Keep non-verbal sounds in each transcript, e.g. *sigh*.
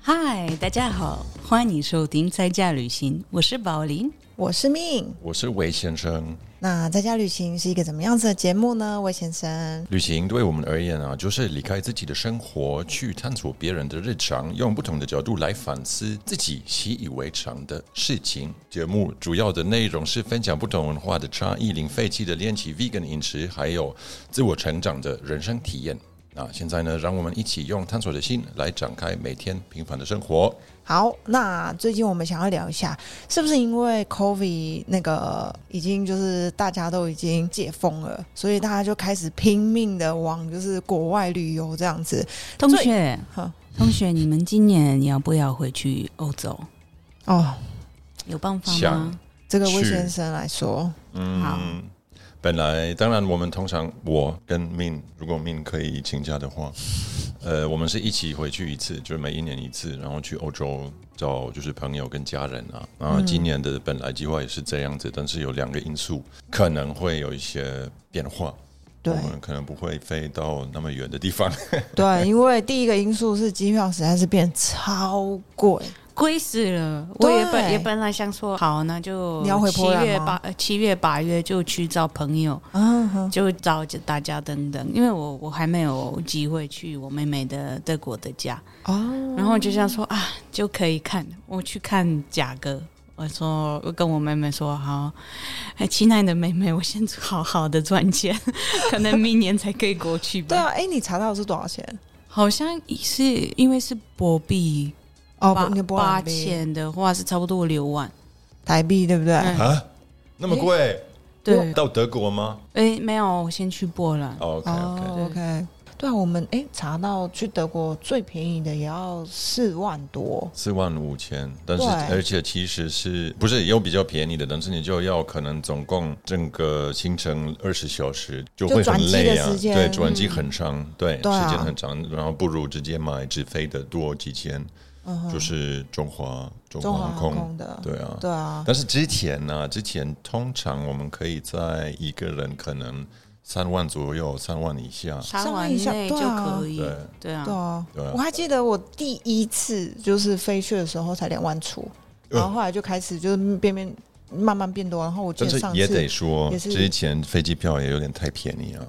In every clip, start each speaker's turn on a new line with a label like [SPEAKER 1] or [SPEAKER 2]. [SPEAKER 1] 嗨，大家好，欢迎收听在家旅行，我是宝林。
[SPEAKER 2] 我是命。
[SPEAKER 3] 我是韦先生。
[SPEAKER 2] 那在家旅行是一个怎么样子的节目呢？魏先生，
[SPEAKER 3] 旅行对我们而言啊，就是离开自己的生活，去探索别人的日常，用不同的角度来反思自己习以为常的事情。节目主要的内容是分享不同文化的差异、零废弃的练习、vegan 饮食，还有自我成长的人生体验。那现在呢，让我们一起用探索的心来展开每天平凡的生活。
[SPEAKER 2] 好，那最近我们想要聊一下，是不是因为 COVID 那个已经就是大家都已经解封了，所以大家就开始拼命的往就是国外旅游这样子。
[SPEAKER 1] 同学
[SPEAKER 2] 好，
[SPEAKER 1] 同学，你们今年要不要回去欧洲？
[SPEAKER 2] 哦，
[SPEAKER 1] 有办法吗
[SPEAKER 3] 想？
[SPEAKER 2] 这个魏
[SPEAKER 3] 是
[SPEAKER 2] 先生来说，
[SPEAKER 1] 好，
[SPEAKER 3] 本来，当然，我们通常我跟命，如果命可以请假的话， *laughs* 呃，我们是一起回去一次，就是每一年一次，然后去欧洲找就是朋友跟家人啊。然后今年的本来计划也是这样子，但是有两个因素可能会有一些变化，我
[SPEAKER 2] 对
[SPEAKER 3] 们可能不会飞到那么远的
[SPEAKER 2] *laughs*
[SPEAKER 3] 地方。
[SPEAKER 2] 对，因为第一个因素是机票实在是变超贵，
[SPEAKER 1] 贵死了！
[SPEAKER 2] 对
[SPEAKER 1] 我也本也本来想说，好，那就
[SPEAKER 2] 你要回
[SPEAKER 1] 七
[SPEAKER 2] 波兰
[SPEAKER 1] 月
[SPEAKER 2] 吗
[SPEAKER 1] 八呃七月八月就去找朋友，
[SPEAKER 2] 嗯哼，
[SPEAKER 1] 就找大家等等，因为我我还没有机会去我妹妹的德国的家，
[SPEAKER 2] 哦，
[SPEAKER 1] 然后我就想说啊，就可以看，我去看价格。我说，我跟我妹妹说，好，哎，亲爱的妹妹，我先好好的赚钱，可能明年才可以过去
[SPEAKER 2] 对
[SPEAKER 1] 吧。
[SPEAKER 2] 啊，哎、你查到是多少钱？
[SPEAKER 1] 好像是因为是波币，
[SPEAKER 2] 哦，
[SPEAKER 1] 八
[SPEAKER 2] 不你的波
[SPEAKER 1] 八
[SPEAKER 2] 兰币
[SPEAKER 1] 千的话是差不多六万。
[SPEAKER 2] 台币对不对？
[SPEAKER 1] 嗯
[SPEAKER 3] 啊，那么贵？
[SPEAKER 1] 对，
[SPEAKER 3] 到德国吗
[SPEAKER 1] 哎，没有，我先去波兰。
[SPEAKER 3] ？OK OK，
[SPEAKER 2] 哦、o k 对啊，我们哎、查到去德国最便宜的也要四万多，
[SPEAKER 3] 四万五千，但是
[SPEAKER 2] 对
[SPEAKER 3] 而且其实是不是也有比较便宜的，但是你就要可能总共整个行程二十小时就会
[SPEAKER 2] 转
[SPEAKER 3] 很
[SPEAKER 2] 机的
[SPEAKER 3] 累啊，
[SPEAKER 2] 时间
[SPEAKER 3] 对，转机很长，对，
[SPEAKER 2] 对啊
[SPEAKER 3] 时间很长，然后不如直接买直飞的多几千，
[SPEAKER 2] 嗯哼，
[SPEAKER 3] 就是中华中
[SPEAKER 2] 中
[SPEAKER 3] 华
[SPEAKER 2] 华
[SPEAKER 3] 航
[SPEAKER 2] 航
[SPEAKER 3] 空，
[SPEAKER 2] 空的，
[SPEAKER 3] 对啊。
[SPEAKER 2] 对啊，
[SPEAKER 3] 但是之前呢、之前通常我们可以在一个人可能三万左右，三万以下，
[SPEAKER 1] 三
[SPEAKER 2] 三
[SPEAKER 1] 万
[SPEAKER 2] 万以
[SPEAKER 1] 以
[SPEAKER 2] 下
[SPEAKER 1] 内就
[SPEAKER 2] 对啊
[SPEAKER 1] 可以
[SPEAKER 3] 对，
[SPEAKER 1] 对啊
[SPEAKER 2] 对，啊
[SPEAKER 3] 对啊
[SPEAKER 2] 我还记得我第一次就是飞去的时候才两万出，
[SPEAKER 3] 呃
[SPEAKER 2] 然后后来就开始就是变变慢慢变多，然后我记
[SPEAKER 3] 但
[SPEAKER 2] 得
[SPEAKER 3] 是
[SPEAKER 2] 上
[SPEAKER 3] 也得
[SPEAKER 2] 次
[SPEAKER 3] 说，
[SPEAKER 2] 也是
[SPEAKER 3] 之前飞机票也有点太便宜啊，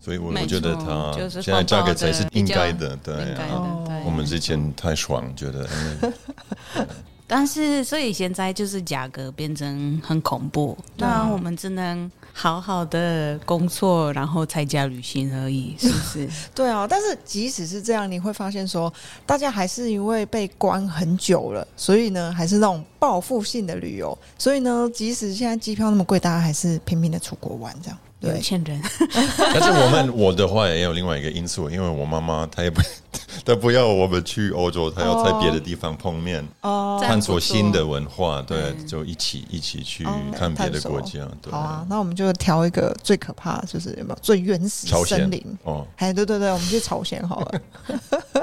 [SPEAKER 3] 所以我
[SPEAKER 1] 没
[SPEAKER 3] 我觉得
[SPEAKER 1] 错
[SPEAKER 3] 它
[SPEAKER 1] 就是
[SPEAKER 3] 现在价格才是应该
[SPEAKER 1] 环
[SPEAKER 3] 的，对
[SPEAKER 1] 应该
[SPEAKER 3] 啊。
[SPEAKER 1] 的，
[SPEAKER 2] 哦
[SPEAKER 1] 对。
[SPEAKER 3] 我们之前太爽，觉得嗯
[SPEAKER 1] 但是，所以现在就是价格变成很恐怖，
[SPEAKER 3] 啊
[SPEAKER 1] 那我们只能好好的工作，然后参加旅行而已，是不是？
[SPEAKER 2] 对啊，但是即使是这样，你会发现说大家还是因为被关很久了，所以呢还是那种报复性的旅游，所以呢即使现在机票那么贵，大家还是拼命的出国玩这样，
[SPEAKER 1] 有
[SPEAKER 2] 对。
[SPEAKER 1] 钱人，
[SPEAKER 3] *laughs* 但是我们我的话也有另外一个因素，因为我妈妈她也不她不要我们去欧洲，她要在别的地方碰面，
[SPEAKER 2] 哦
[SPEAKER 1] 这样
[SPEAKER 3] 探
[SPEAKER 1] 不
[SPEAKER 3] 索
[SPEAKER 1] 错
[SPEAKER 3] 新的文化，对，
[SPEAKER 1] 嗯
[SPEAKER 3] 就一起一起去
[SPEAKER 2] 哦
[SPEAKER 3] 看别的
[SPEAKER 2] 探索
[SPEAKER 3] 国家，对
[SPEAKER 2] 好，啊，那我们就挑一个最可怕的，就是有没有最原始
[SPEAKER 3] 朝鲜
[SPEAKER 2] 森林？
[SPEAKER 3] 哦，
[SPEAKER 2] 哎，对对对，我们去朝鲜好了。 *laughs*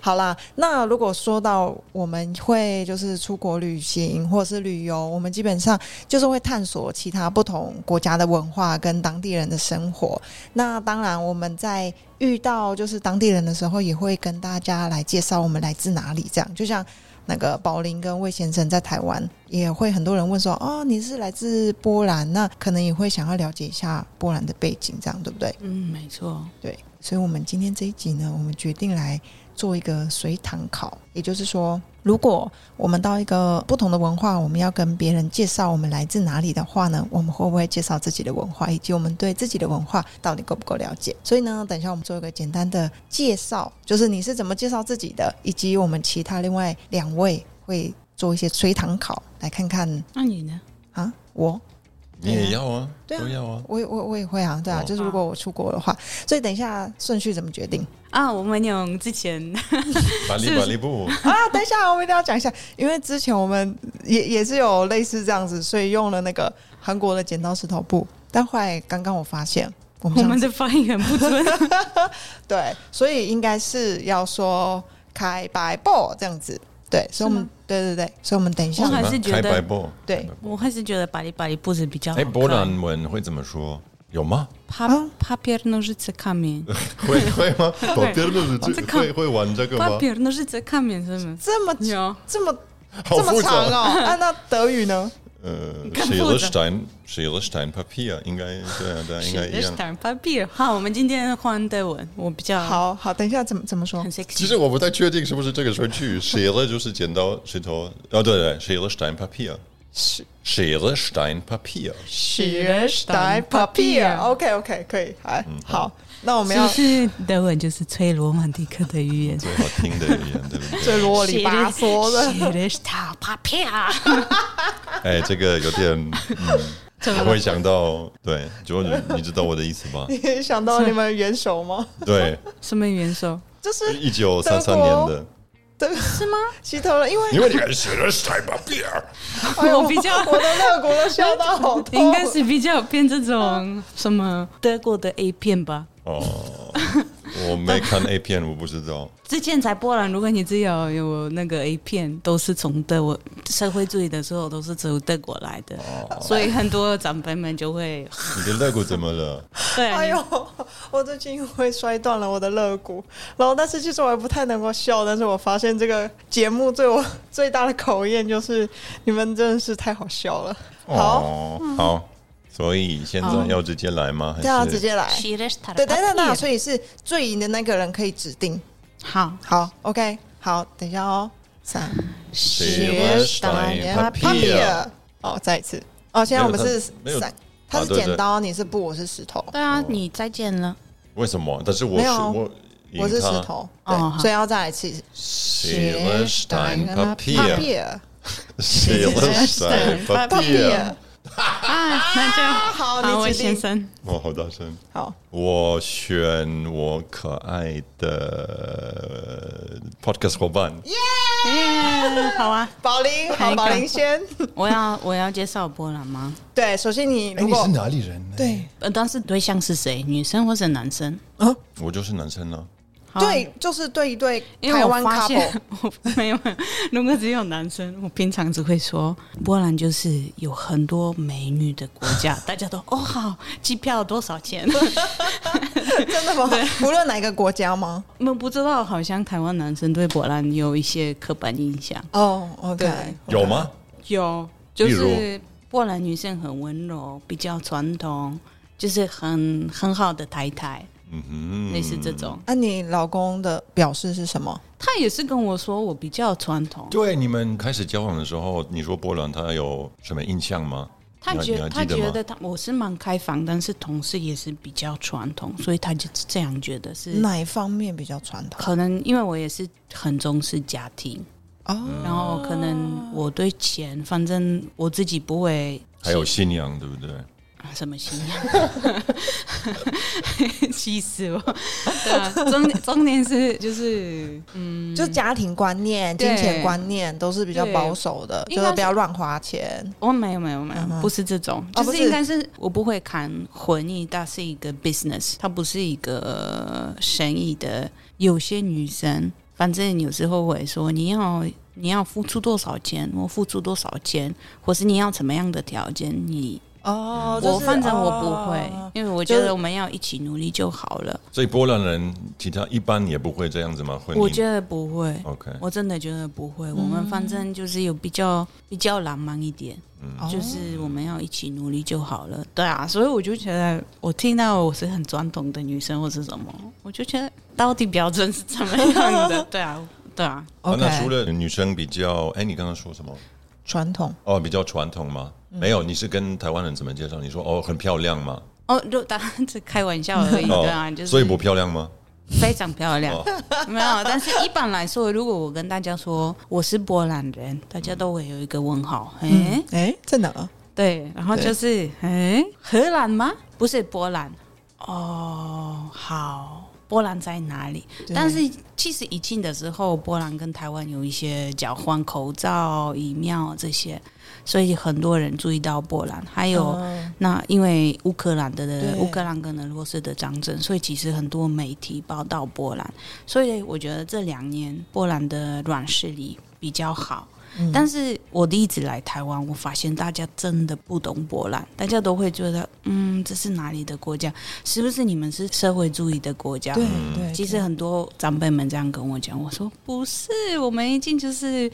[SPEAKER 2] 好啦，那如果说到我们会就是出国旅行或者是旅游，我们基本上就是会探索其他不同国家的文化跟当地人的生活。那当然，我们在遇到就是当地人的时候，也会跟大家来介绍我们来自哪里，这样就像。那个宝林跟魏先生在台湾也会很多人问说，哦，你是来自波兰，那可能也会想要了解一下波兰的背景，这样对不对？
[SPEAKER 1] 嗯，没错，
[SPEAKER 2] 对，所以我们今天这一集呢，我们决定来做一个随堂考，也就是说，如果我们到一个不同的文化，我们要跟别人介绍我们来自哪里的话呢，我们会不会介绍自己的文化，以及我们对自己的文化到底够不够了解？所以呢，等一下我们做一个简单的介绍，就是你是怎么介绍自己的，以及我们其他另外两位会做一些随堂考，来看看
[SPEAKER 1] 那你呢？
[SPEAKER 2] 啊，我
[SPEAKER 3] 你也要啊，
[SPEAKER 2] 对啊
[SPEAKER 3] 都要啊，
[SPEAKER 2] 我也我我也会啊，对啊，
[SPEAKER 3] 哦
[SPEAKER 2] 就是如果我出国的话，所以等一下顺序怎么决定？
[SPEAKER 1] 啊，我们用之前
[SPEAKER 3] 巴
[SPEAKER 1] 是
[SPEAKER 3] 黎巴黎布，
[SPEAKER 1] *laughs*
[SPEAKER 2] 啊，等一下，我们一定要讲一下，因为之前我们也也是有类似这样子，所以用了那个韩国的剪刀石头布，但后来刚刚我发现我们
[SPEAKER 1] 我
[SPEAKER 2] 上
[SPEAKER 1] 们的发音很不准，
[SPEAKER 2] *laughs* 对，所以应该是要说开白布这样子，对，所以我
[SPEAKER 1] 是
[SPEAKER 2] 们对对对，所以我们等一下
[SPEAKER 1] 我，还是觉得
[SPEAKER 3] 开白布，
[SPEAKER 2] 对
[SPEAKER 3] 开白布
[SPEAKER 1] 我还是觉得巴黎巴黎布是比较好
[SPEAKER 3] 哎，
[SPEAKER 1] 看
[SPEAKER 3] 波兰文会怎么说？有吗？
[SPEAKER 1] 怕
[SPEAKER 2] 啊
[SPEAKER 1] 怕别人都是在看
[SPEAKER 3] *laughs*
[SPEAKER 1] 面， *laughs*
[SPEAKER 3] 会会吗？保别人的
[SPEAKER 1] 这个
[SPEAKER 3] 会会玩这个
[SPEAKER 1] 怕
[SPEAKER 3] 吗？
[SPEAKER 1] 别人都是在看面，是吗？
[SPEAKER 2] 这么
[SPEAKER 1] 有
[SPEAKER 2] 这么
[SPEAKER 3] 好
[SPEAKER 2] 这么
[SPEAKER 3] 复
[SPEAKER 2] 长
[SPEAKER 3] 杂。 *laughs*
[SPEAKER 2] 哦？啊，那德语呢？
[SPEAKER 3] 呃
[SPEAKER 1] 更复
[SPEAKER 3] ，Sheila
[SPEAKER 1] 杂
[SPEAKER 3] Stein Sheila Stein Papier 应该对啊对啊，应该一样。
[SPEAKER 1] 当然怕别人。好，我们今天换德文，我比较
[SPEAKER 2] 好好，等一下怎么怎么说
[SPEAKER 1] 很？
[SPEAKER 3] 其
[SPEAKER 1] sexy。
[SPEAKER 3] 实我不太确定是不是这个顺序。Sheila 就是剪刀石头，哦对对，Sheila Stein Papier。
[SPEAKER 2] 是
[SPEAKER 3] Schere, Stein, Papier。
[SPEAKER 2] Schere, Stein, Papier。OK OK，可以，哎，
[SPEAKER 3] 嗯
[SPEAKER 2] 好，那我们
[SPEAKER 1] 是不
[SPEAKER 2] 要
[SPEAKER 1] 是德文就是吹罗曼蒂克的语言？
[SPEAKER 3] 最好听的语言，对不对？
[SPEAKER 2] 最啰里吧嗦的。
[SPEAKER 1] 写的是他怕骗啊！
[SPEAKER 3] 哎，这个有点，嗯，我会想到，对，就你知道我的意思吗？
[SPEAKER 2] 你 *laughs* 想到你们元首
[SPEAKER 3] *laughs*
[SPEAKER 2] 吗？
[SPEAKER 3] 对，
[SPEAKER 1] 什么元首？
[SPEAKER 2] 就是
[SPEAKER 3] 呃一九三三年的，
[SPEAKER 2] 对，是 *laughs* 吗？希特勒，因为
[SPEAKER 3] 因为你看 Schere, Stein, Papier。
[SPEAKER 2] 哎呦
[SPEAKER 1] 我比较
[SPEAKER 2] 我的肋骨都笑到好痛。
[SPEAKER 1] 应该是比较偏这
[SPEAKER 2] 哦
[SPEAKER 1] 种什么德国的 A 片吧。
[SPEAKER 3] 哦，我没看 A 片，我不知道。
[SPEAKER 1] 之前在波兰，如果你只有有那个 A 片，都是从德国社会主义的时候都是从德国来的，
[SPEAKER 2] 哦
[SPEAKER 1] 所以很多长辈们就会
[SPEAKER 3] 你的肋骨怎么了？
[SPEAKER 1] 对啊，
[SPEAKER 2] 哎
[SPEAKER 1] 你
[SPEAKER 2] 呦，我最近因为摔断了我的肋骨，然后但是其实我也不太能够笑，但是我发现这个节目对我最大的考验就是你们真的是太好笑了。好，
[SPEAKER 3] 哦，好，所以现在要直接来吗？还
[SPEAKER 2] 这样
[SPEAKER 3] 是
[SPEAKER 2] 啊直接来。对，等等
[SPEAKER 1] 啊
[SPEAKER 2] 等，所以是最赢的那个人可以指定。
[SPEAKER 1] 好，
[SPEAKER 2] 好，OK，好，等一下哦，三，
[SPEAKER 3] Schere, Stein, Papier
[SPEAKER 2] 哦，再一次。哦，现在我们是
[SPEAKER 3] 没有他没有
[SPEAKER 2] 三，他是
[SPEAKER 3] 啊对对
[SPEAKER 2] 剪刀，你是布，我是石头，
[SPEAKER 1] 对啊，你再见了，
[SPEAKER 3] 为什么？但是我
[SPEAKER 2] 没
[SPEAKER 3] 是
[SPEAKER 2] 有
[SPEAKER 3] 我赢
[SPEAKER 2] 我是石
[SPEAKER 3] 他
[SPEAKER 2] 头，
[SPEAKER 1] 哦
[SPEAKER 2] 对，
[SPEAKER 1] 好
[SPEAKER 2] 所以要再来一次。
[SPEAKER 3] Schere, Stein, Papier。Schere, Stein,
[SPEAKER 1] Stein,
[SPEAKER 3] Papier。
[SPEAKER 1] 啊，那就
[SPEAKER 2] 好你
[SPEAKER 1] 我
[SPEAKER 2] 指定
[SPEAKER 1] 先生，
[SPEAKER 3] 哇，好大声！
[SPEAKER 2] 好，
[SPEAKER 3] 我选我可爱的 podcast 伙伴，
[SPEAKER 1] 耶，好啊，
[SPEAKER 2] 宝林，
[SPEAKER 1] 哪
[SPEAKER 2] 好，
[SPEAKER 1] 一个
[SPEAKER 2] 宝林先。
[SPEAKER 1] 我要我要介绍波兰吗？
[SPEAKER 2] 对，首先你如
[SPEAKER 3] 哎你
[SPEAKER 2] 果
[SPEAKER 3] 是哪里人呢？，
[SPEAKER 2] 对
[SPEAKER 1] 呃，但是对象是谁？女生或者男生？
[SPEAKER 2] 啊，
[SPEAKER 3] 我就是男生呢、
[SPEAKER 1] 好啊
[SPEAKER 2] 对，就是对一对
[SPEAKER 1] 因为
[SPEAKER 2] 台
[SPEAKER 1] 我
[SPEAKER 2] 湾
[SPEAKER 1] 发现 *laughs*
[SPEAKER 2] couple，
[SPEAKER 1] 我没有，如果只有男生，我平常只会说波兰就是有很多美女的国家， *laughs* 大家都哦好，机票多少钱？ *laughs*
[SPEAKER 2] 真的吗？无论哪一个国家吗？
[SPEAKER 1] 我们不知道，好像台湾男生对波兰有一些刻板印象，
[SPEAKER 2] 哦，OK，
[SPEAKER 1] 对
[SPEAKER 3] 有吗？
[SPEAKER 1] 有就
[SPEAKER 3] 例
[SPEAKER 1] 是波兰女生很温柔，比较传统，就是很很好的太太，
[SPEAKER 3] 嗯哼，
[SPEAKER 1] 类似这。
[SPEAKER 3] 嗯
[SPEAKER 1] 种。
[SPEAKER 2] 那啊你老公的表示是什么？
[SPEAKER 1] 他也是跟我说我比较传统，
[SPEAKER 3] 对，你们开始交往的时候，你说波兰他有什么印象吗？
[SPEAKER 1] 他
[SPEAKER 3] 你还
[SPEAKER 1] 觉
[SPEAKER 3] 你还
[SPEAKER 1] 他
[SPEAKER 3] 记得吗
[SPEAKER 1] 觉得他我是蛮开放，但是同事也是比较传统，所以他就这样觉得是。
[SPEAKER 2] 哪一方面比较传统？
[SPEAKER 1] 可能因为我也是很重视家庭，
[SPEAKER 2] 哦，
[SPEAKER 1] 然后可能我对钱，反正我自己不会
[SPEAKER 3] 还有信仰，对不对？
[SPEAKER 1] 啊什么信仰， *laughs* 气死我！对啊，重重点是就是嗯，
[SPEAKER 2] 就家庭观念、
[SPEAKER 1] 对
[SPEAKER 2] 金钱观念都是比较保守的，
[SPEAKER 1] 对
[SPEAKER 2] 就是不要乱花钱。
[SPEAKER 1] 我哦没有没有没有，不是这种，
[SPEAKER 2] 哦
[SPEAKER 1] 就
[SPEAKER 2] 不
[SPEAKER 1] 是
[SPEAKER 2] 是
[SPEAKER 1] 应该是我不会看婚姻，它是一个 business，它不是一个生意的。有些女生，反正有时候会说你要你要付出多少钱，我付出多少钱，或是你要怎么样的条件，你、
[SPEAKER 2] 哦，
[SPEAKER 1] 我反正我不会，因为我觉
[SPEAKER 2] 就是
[SPEAKER 1] 得我们要一起努力就好了。
[SPEAKER 3] 所以波兰人其他一般也不会这样子吗？婚姻？哦
[SPEAKER 1] 我觉得不会。
[SPEAKER 3] OK，
[SPEAKER 1] 我真的觉得不会，
[SPEAKER 2] 嗯
[SPEAKER 1] 我们反正就是有比较比较浪漫一点，
[SPEAKER 2] 哦
[SPEAKER 1] 就是我们要一起努力就好了。对啊，所以我就觉得，我听到我是很传统的女生或是什么，我就觉得到底标准是怎么样 *laughs* 的？对啊，对啊，
[SPEAKER 3] 啊那
[SPEAKER 2] 哦 OK
[SPEAKER 3] 除了女生比较，哎，你刚刚说什么？
[SPEAKER 2] 传统。
[SPEAKER 3] 哦，比较传统吗？
[SPEAKER 1] 嗯
[SPEAKER 3] 没有，你是跟台湾人怎么介绍？你说哦，很漂亮吗？
[SPEAKER 1] 哦，就 *laughs* 当然是开玩笑而已，
[SPEAKER 3] 哦
[SPEAKER 1] 对啊，就是
[SPEAKER 3] 所以不漂亮吗？
[SPEAKER 1] 非常漂亮
[SPEAKER 3] 哦，
[SPEAKER 1] *laughs* 没有。但是一般来说，如果我跟大家说我是波兰人，大家都会有一个问号，诶。
[SPEAKER 2] 嗯，哎，在哪？
[SPEAKER 1] 对，然后
[SPEAKER 2] 对
[SPEAKER 1] 就是，哎，荷兰吗？不是波兰。哦，好，波兰在哪里？
[SPEAKER 2] 对
[SPEAKER 1] 但是其实疫情的时候，波兰跟台湾有一些交换口罩、疫苗这些，所以很多人注意到波兰，还有。
[SPEAKER 2] 哦
[SPEAKER 1] 那因为乌克兰的
[SPEAKER 2] 对
[SPEAKER 1] 乌克兰跟俄罗斯的战争，所以其实很多媒体报道波兰，所以我觉得这两年波兰的软实力比较好，
[SPEAKER 2] 嗯
[SPEAKER 1] 但是我第一次来台湾，我发现大家真的不懂波兰，大家都会觉得，嗯，这是哪里的国家？是不是你们是社会主义的国家？
[SPEAKER 2] 对
[SPEAKER 3] 嗯
[SPEAKER 2] 对，
[SPEAKER 1] 其实很多长辈们这样跟我讲，我说不是，我们已经就是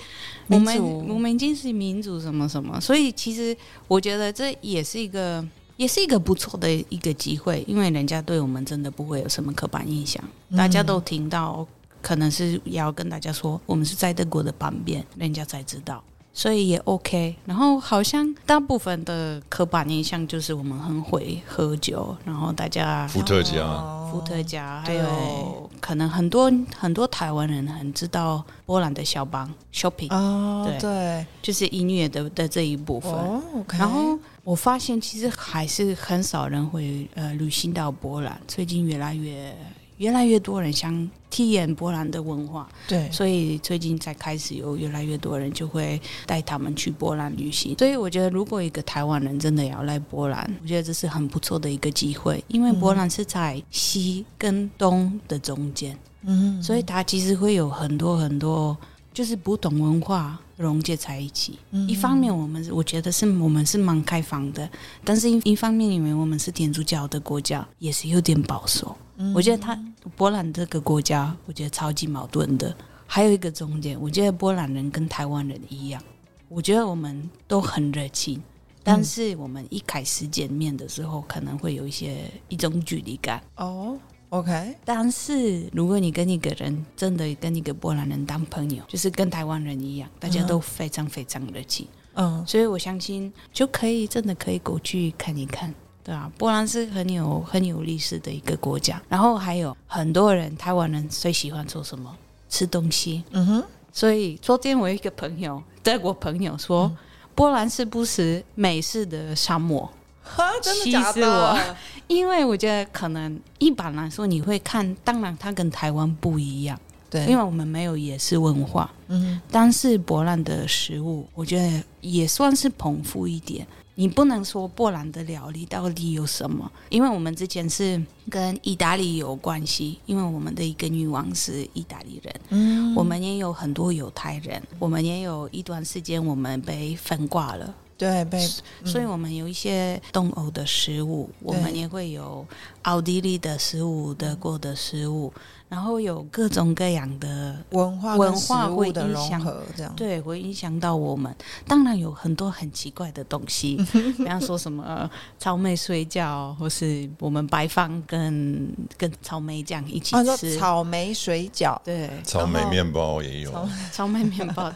[SPEAKER 1] 我
[SPEAKER 2] 民
[SPEAKER 1] 们
[SPEAKER 2] 族
[SPEAKER 1] 我们已经是民主什么什么，所以其实我觉得这也是一个也是一个不错的一个机会，因为人家对我们真的不会有什么刻板印象，
[SPEAKER 2] 嗯
[SPEAKER 1] 大家都听到，可能是也要跟大家说，我们是在德国的旁边，人家才知道。所以也 OK，然后好像大部分的刻板印象就是我们很会喝酒，然后大家
[SPEAKER 3] 伏特加，
[SPEAKER 1] 伏特加，还
[SPEAKER 2] 哦对
[SPEAKER 1] 有可能很多很多台湾人很知道波兰的肖邦 shopping，、
[SPEAKER 2] 哦，
[SPEAKER 1] 对
[SPEAKER 2] 对，
[SPEAKER 1] 就是音乐的的这一部分。
[SPEAKER 2] 哦，OK，
[SPEAKER 1] 然后我发现其实还是很少人会呃旅行到波兰，最近越来越越来越多人想体验波兰的文化，
[SPEAKER 2] 对，
[SPEAKER 1] 所以最近才开始有越来越多人就会带他们去波兰旅行。所以我觉得，如果一个台湾人真的要来波兰，我觉得这是很不错的一个机会，因为波兰是在西跟东的中间，
[SPEAKER 2] 嗯，
[SPEAKER 1] 所以它其实会有很多很多就是不同文化融结在一起。
[SPEAKER 2] 嗯
[SPEAKER 1] 一方面，我们我觉得是我们是蛮开放的，但是一一方面，因为我们是天主教的国家，也是有点保守。
[SPEAKER 2] 嗯
[SPEAKER 1] 嗯我觉得他波兰这个国家，我觉得超级矛盾的。还有一个重点，我觉得波兰人跟台湾人一样，我觉得我们都很热情，但是我们一开始见面的时候，可能会有一些一种距离感。
[SPEAKER 2] 哦，OK，
[SPEAKER 1] 但是如果你跟一个人真的跟一个波兰人当朋友，就是跟台湾人一样，大家都非常非常热情，
[SPEAKER 2] 嗯，
[SPEAKER 1] 所以我相信就可以真的可以过去看一看。对啊，波兰是很有很有历史的一个国家，然后还有很多人台湾人最喜欢做什么？吃东西。
[SPEAKER 2] 嗯哼，
[SPEAKER 1] 所以昨天我一个朋友，德国朋友说，波兰是不是美式的沙漠？
[SPEAKER 2] 哈，真的
[SPEAKER 1] 气
[SPEAKER 2] 假
[SPEAKER 1] 死
[SPEAKER 2] 的？
[SPEAKER 1] 因为我觉得可能一般来说你会看，当然它跟台湾不一样。
[SPEAKER 2] 对，
[SPEAKER 1] 因为我们没有也是文化，
[SPEAKER 2] 嗯
[SPEAKER 1] 但是波兰的食物，我觉得也算是丰富一点。你不能说波兰的料理到底有什么，因为我们之前是跟意大利有关系，因为我们的一个女王是意大利人，
[SPEAKER 2] 嗯，
[SPEAKER 1] 我们也有很多犹太人，我们也有一段时间我们被分挂了，
[SPEAKER 2] 对被
[SPEAKER 1] 所以我们有一些东欧的食物，我们也会有奥地利的食物、德国的食物，然后有各种各样的
[SPEAKER 2] 文化
[SPEAKER 1] 文
[SPEAKER 2] 跟食
[SPEAKER 1] 化
[SPEAKER 2] 物
[SPEAKER 1] 会
[SPEAKER 2] 的
[SPEAKER 1] 影
[SPEAKER 2] 融
[SPEAKER 1] 响
[SPEAKER 2] 合这样，
[SPEAKER 1] 对，会影响到我们。当然有很多很奇怪的东
[SPEAKER 2] *laughs*
[SPEAKER 1] 西，比方说什么呃草莓水饺，或是我们白饭跟跟草莓酱一起
[SPEAKER 2] 啊，说
[SPEAKER 1] 吃。
[SPEAKER 2] 草莓水饺
[SPEAKER 1] 对，
[SPEAKER 3] 草莓面包也
[SPEAKER 2] 草
[SPEAKER 3] 有
[SPEAKER 2] 莓，
[SPEAKER 1] 草莓面
[SPEAKER 2] *laughs*
[SPEAKER 1] 包，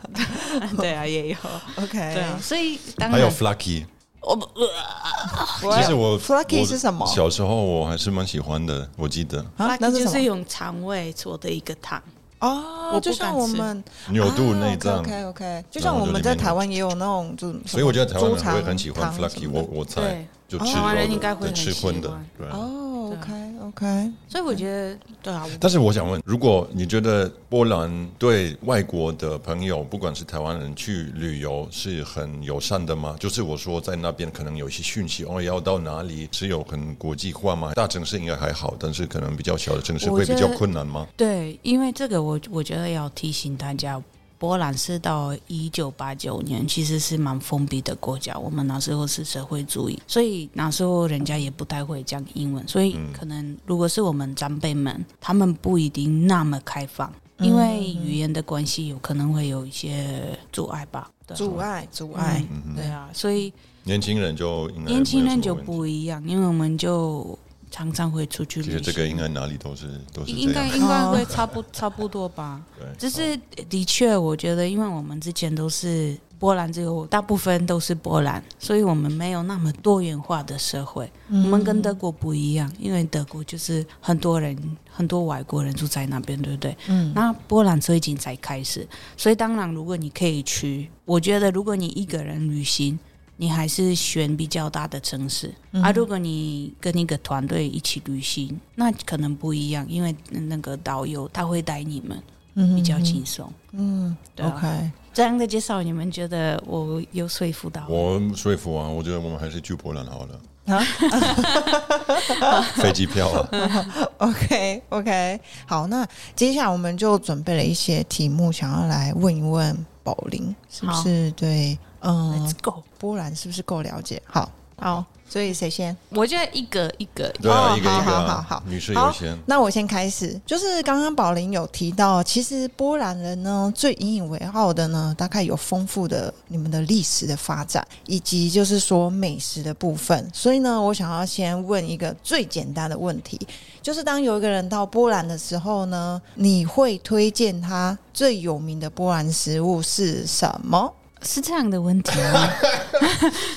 [SPEAKER 1] 对啊，也有，
[SPEAKER 2] ，OK，
[SPEAKER 1] 对啊，所以当
[SPEAKER 3] 还有
[SPEAKER 1] 然，
[SPEAKER 3] Flaky。
[SPEAKER 1] 我不呃
[SPEAKER 2] 我
[SPEAKER 3] 其实我
[SPEAKER 2] Flaky
[SPEAKER 3] 我
[SPEAKER 2] 是什么
[SPEAKER 3] 小时候我还是蛮喜欢的，我记得
[SPEAKER 2] 啊，那
[SPEAKER 1] 就是
[SPEAKER 2] 什
[SPEAKER 1] 是
[SPEAKER 2] 么？
[SPEAKER 1] 用肠胃做的一个汤，
[SPEAKER 2] 哦，
[SPEAKER 1] 我
[SPEAKER 2] 就
[SPEAKER 1] 不敢
[SPEAKER 2] 像我
[SPEAKER 1] 吃
[SPEAKER 2] 们
[SPEAKER 3] 牛肚内脏。
[SPEAKER 2] OK OK，就
[SPEAKER 3] 然
[SPEAKER 2] 像
[SPEAKER 3] 后
[SPEAKER 2] 我
[SPEAKER 3] 就
[SPEAKER 2] 们
[SPEAKER 3] 里
[SPEAKER 2] 在
[SPEAKER 3] 面
[SPEAKER 2] 台
[SPEAKER 3] 有
[SPEAKER 2] 湾也有那种就是什么猪肠，
[SPEAKER 3] 所以我觉得台湾人会很喜欢
[SPEAKER 2] 汤什
[SPEAKER 3] Flaky，
[SPEAKER 2] 么
[SPEAKER 3] 我
[SPEAKER 2] 的
[SPEAKER 3] 我猜
[SPEAKER 1] 对哦
[SPEAKER 3] 就吃
[SPEAKER 1] 台湾人
[SPEAKER 3] 肉
[SPEAKER 1] 应该
[SPEAKER 3] 的，
[SPEAKER 1] 会
[SPEAKER 3] 对
[SPEAKER 1] 很
[SPEAKER 3] 吃
[SPEAKER 1] 喜
[SPEAKER 3] 荤的
[SPEAKER 1] 欢，
[SPEAKER 3] 对。
[SPEAKER 2] 哦
[SPEAKER 1] 对啊
[SPEAKER 2] ，OK
[SPEAKER 3] 嗯
[SPEAKER 2] OK，
[SPEAKER 1] 所以我觉得，对啊，我
[SPEAKER 3] 但是我想问，如果你觉得波兰对外国的朋友，不管是台湾人去旅游是很友善的吗？就是我说在那边可能有一些讯息，哦，要到哪里是有很国际化吗？大城市应该还好，但是可能比较小的城市
[SPEAKER 1] 我
[SPEAKER 3] 会
[SPEAKER 1] 觉
[SPEAKER 3] 比
[SPEAKER 1] 得
[SPEAKER 3] 较困难吗？
[SPEAKER 1] 对，因为这个我我觉得要提醒大家，波兰是到一九八九年其实是蛮封闭的国家，我们那时候是社会主义，所以那时候人家也不太会讲英文，所以
[SPEAKER 3] 嗯
[SPEAKER 1] 可能如果是我们长辈们，他们不一定那么开放，因为语言的关系，有可能会有一些阻碍吧。对
[SPEAKER 2] 阻碍阻
[SPEAKER 1] 嗯
[SPEAKER 2] 碍，
[SPEAKER 1] 对啊，所以
[SPEAKER 3] 年轻人就应该
[SPEAKER 1] 年轻人
[SPEAKER 3] 没
[SPEAKER 1] 就
[SPEAKER 3] 有什么问题，
[SPEAKER 1] 不一样，因为我们就常常会出去
[SPEAKER 3] 其
[SPEAKER 1] 旅行
[SPEAKER 3] 实这。个应该哪里都是都是
[SPEAKER 1] 应
[SPEAKER 3] 这
[SPEAKER 1] 该
[SPEAKER 3] 样。
[SPEAKER 1] 应该会差不差不多吧。
[SPEAKER 3] 对，
[SPEAKER 1] 只
[SPEAKER 3] 哦
[SPEAKER 1] 是的确，我觉得，因为我们之前都是波兰，只有大部分都是波兰，所以我们没有那么多元化的社会。
[SPEAKER 2] 嗯
[SPEAKER 1] 嗯我们跟德国不一样，因为德国就是很多人、很多外国人住在那边，对不对？
[SPEAKER 2] 嗯，
[SPEAKER 1] 那波兰最近才开始，所以当然，如果你可以去，我觉得如果你一个人旅行，你还是选比较大的城市、
[SPEAKER 2] 嗯
[SPEAKER 1] 啊。如果你跟一个团队一起旅行，那可能不一样，因为那个导游他会带你们，
[SPEAKER 2] 嗯
[SPEAKER 1] 比较轻松。
[SPEAKER 2] 嗯
[SPEAKER 1] 对啊
[SPEAKER 2] ，OK，
[SPEAKER 1] 这样的介绍，你们觉得我有说服到？
[SPEAKER 3] 我说服啊，我觉得我们还是去波兰好了。
[SPEAKER 2] 啊
[SPEAKER 3] *laughs* 飞机票
[SPEAKER 1] *laughs*
[SPEAKER 3] 啊，
[SPEAKER 2] OK OK，好，那接下来我们就准备了一些题目，想要来问一问宝林，是不
[SPEAKER 1] 好
[SPEAKER 2] 是？对，嗯
[SPEAKER 1] Let's，go！
[SPEAKER 2] 波兰是不是够了解？好，
[SPEAKER 1] 好，
[SPEAKER 2] 所以谁先？
[SPEAKER 1] 我就一个一个
[SPEAKER 3] 对啊，
[SPEAKER 2] 哦
[SPEAKER 3] 一个一个
[SPEAKER 2] 好好好
[SPEAKER 3] 啊
[SPEAKER 2] 好，
[SPEAKER 3] 女士优先。
[SPEAKER 2] 那我先开始，就是刚刚宝林有提到，其实波兰人呢最引以为傲的呢，大概有丰富的你们的历史的发展，以及就是说美食的部分。所以呢，我想要先问一个最简单的问题，就是当有一个人到波兰的时候呢，你会推荐他最有名的波兰食物是什么？
[SPEAKER 1] 是这样的问题啊吗？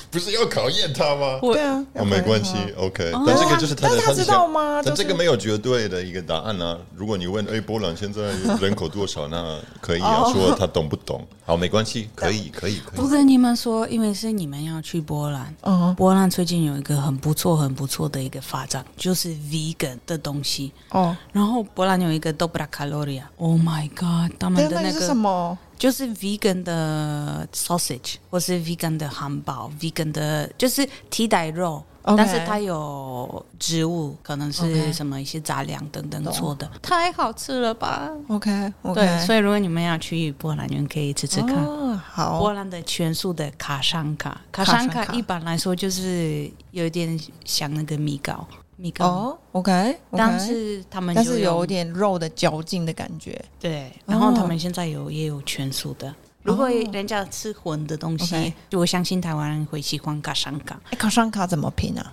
[SPEAKER 3] 不是要考验他吗？
[SPEAKER 1] 我
[SPEAKER 2] 对啊，
[SPEAKER 3] 哦，没关系，OK。但
[SPEAKER 2] 要不然他。
[SPEAKER 3] 这个就是他
[SPEAKER 2] 但
[SPEAKER 3] 的
[SPEAKER 2] 是他
[SPEAKER 3] 的
[SPEAKER 2] 知
[SPEAKER 3] 想
[SPEAKER 2] 道吗？
[SPEAKER 3] 但
[SPEAKER 2] 就
[SPEAKER 3] 这
[SPEAKER 2] 是
[SPEAKER 3] 个没有绝对的一个答案啊。如果你问，哎，波兰现在人口多少？那可以啊，说他懂不懂？好，没关系，可以，可以，
[SPEAKER 1] *laughs*
[SPEAKER 3] 可
[SPEAKER 1] 不
[SPEAKER 3] 以。
[SPEAKER 1] 跟你们说，因为是你们要去波兰。
[SPEAKER 2] 嗯
[SPEAKER 1] 波兰最近有一个很不错、很不错的一个发展，就是 vegan 的东西。
[SPEAKER 2] 哦，
[SPEAKER 1] 然后波兰有一个 Dobra Caloria，Oh my God，他
[SPEAKER 2] 对
[SPEAKER 1] 们
[SPEAKER 2] 啊，
[SPEAKER 1] 的
[SPEAKER 2] 那
[SPEAKER 1] 那
[SPEAKER 2] 个是什
[SPEAKER 1] 个
[SPEAKER 2] 么？
[SPEAKER 1] 就是 vegan 的 sausage，或是 vegan 的汉堡，vegan 的就是替代肉。
[SPEAKER 2] OK
[SPEAKER 1] 但是它有植物，可能是
[SPEAKER 2] OK
[SPEAKER 1] 什么一些杂粮等等
[SPEAKER 2] 懂
[SPEAKER 1] 做的，太好吃了吧
[SPEAKER 2] OK OK，
[SPEAKER 1] 对，所以如果你们要去波兰，你们可以吃吃看。
[SPEAKER 2] 哦、好，
[SPEAKER 1] 波兰的全素的卡山卡，卡
[SPEAKER 2] 卡
[SPEAKER 1] 山
[SPEAKER 2] 山卡
[SPEAKER 1] 卡一般来说就是有点像那个米糕，米糕，
[SPEAKER 2] 哦，OK，
[SPEAKER 1] 但是他们
[SPEAKER 2] 但
[SPEAKER 1] 就是用
[SPEAKER 2] 有点肉的嚼劲的感觉。
[SPEAKER 1] 对，
[SPEAKER 2] 哦
[SPEAKER 1] 然后他们现在有也有全素的。如果
[SPEAKER 2] 哦
[SPEAKER 1] 人家吃荤的东西
[SPEAKER 2] OK
[SPEAKER 1] 就我相信台湾人会喜欢卡山卡。 *laughs*
[SPEAKER 2] 哎，烤山卡怎么拼啊？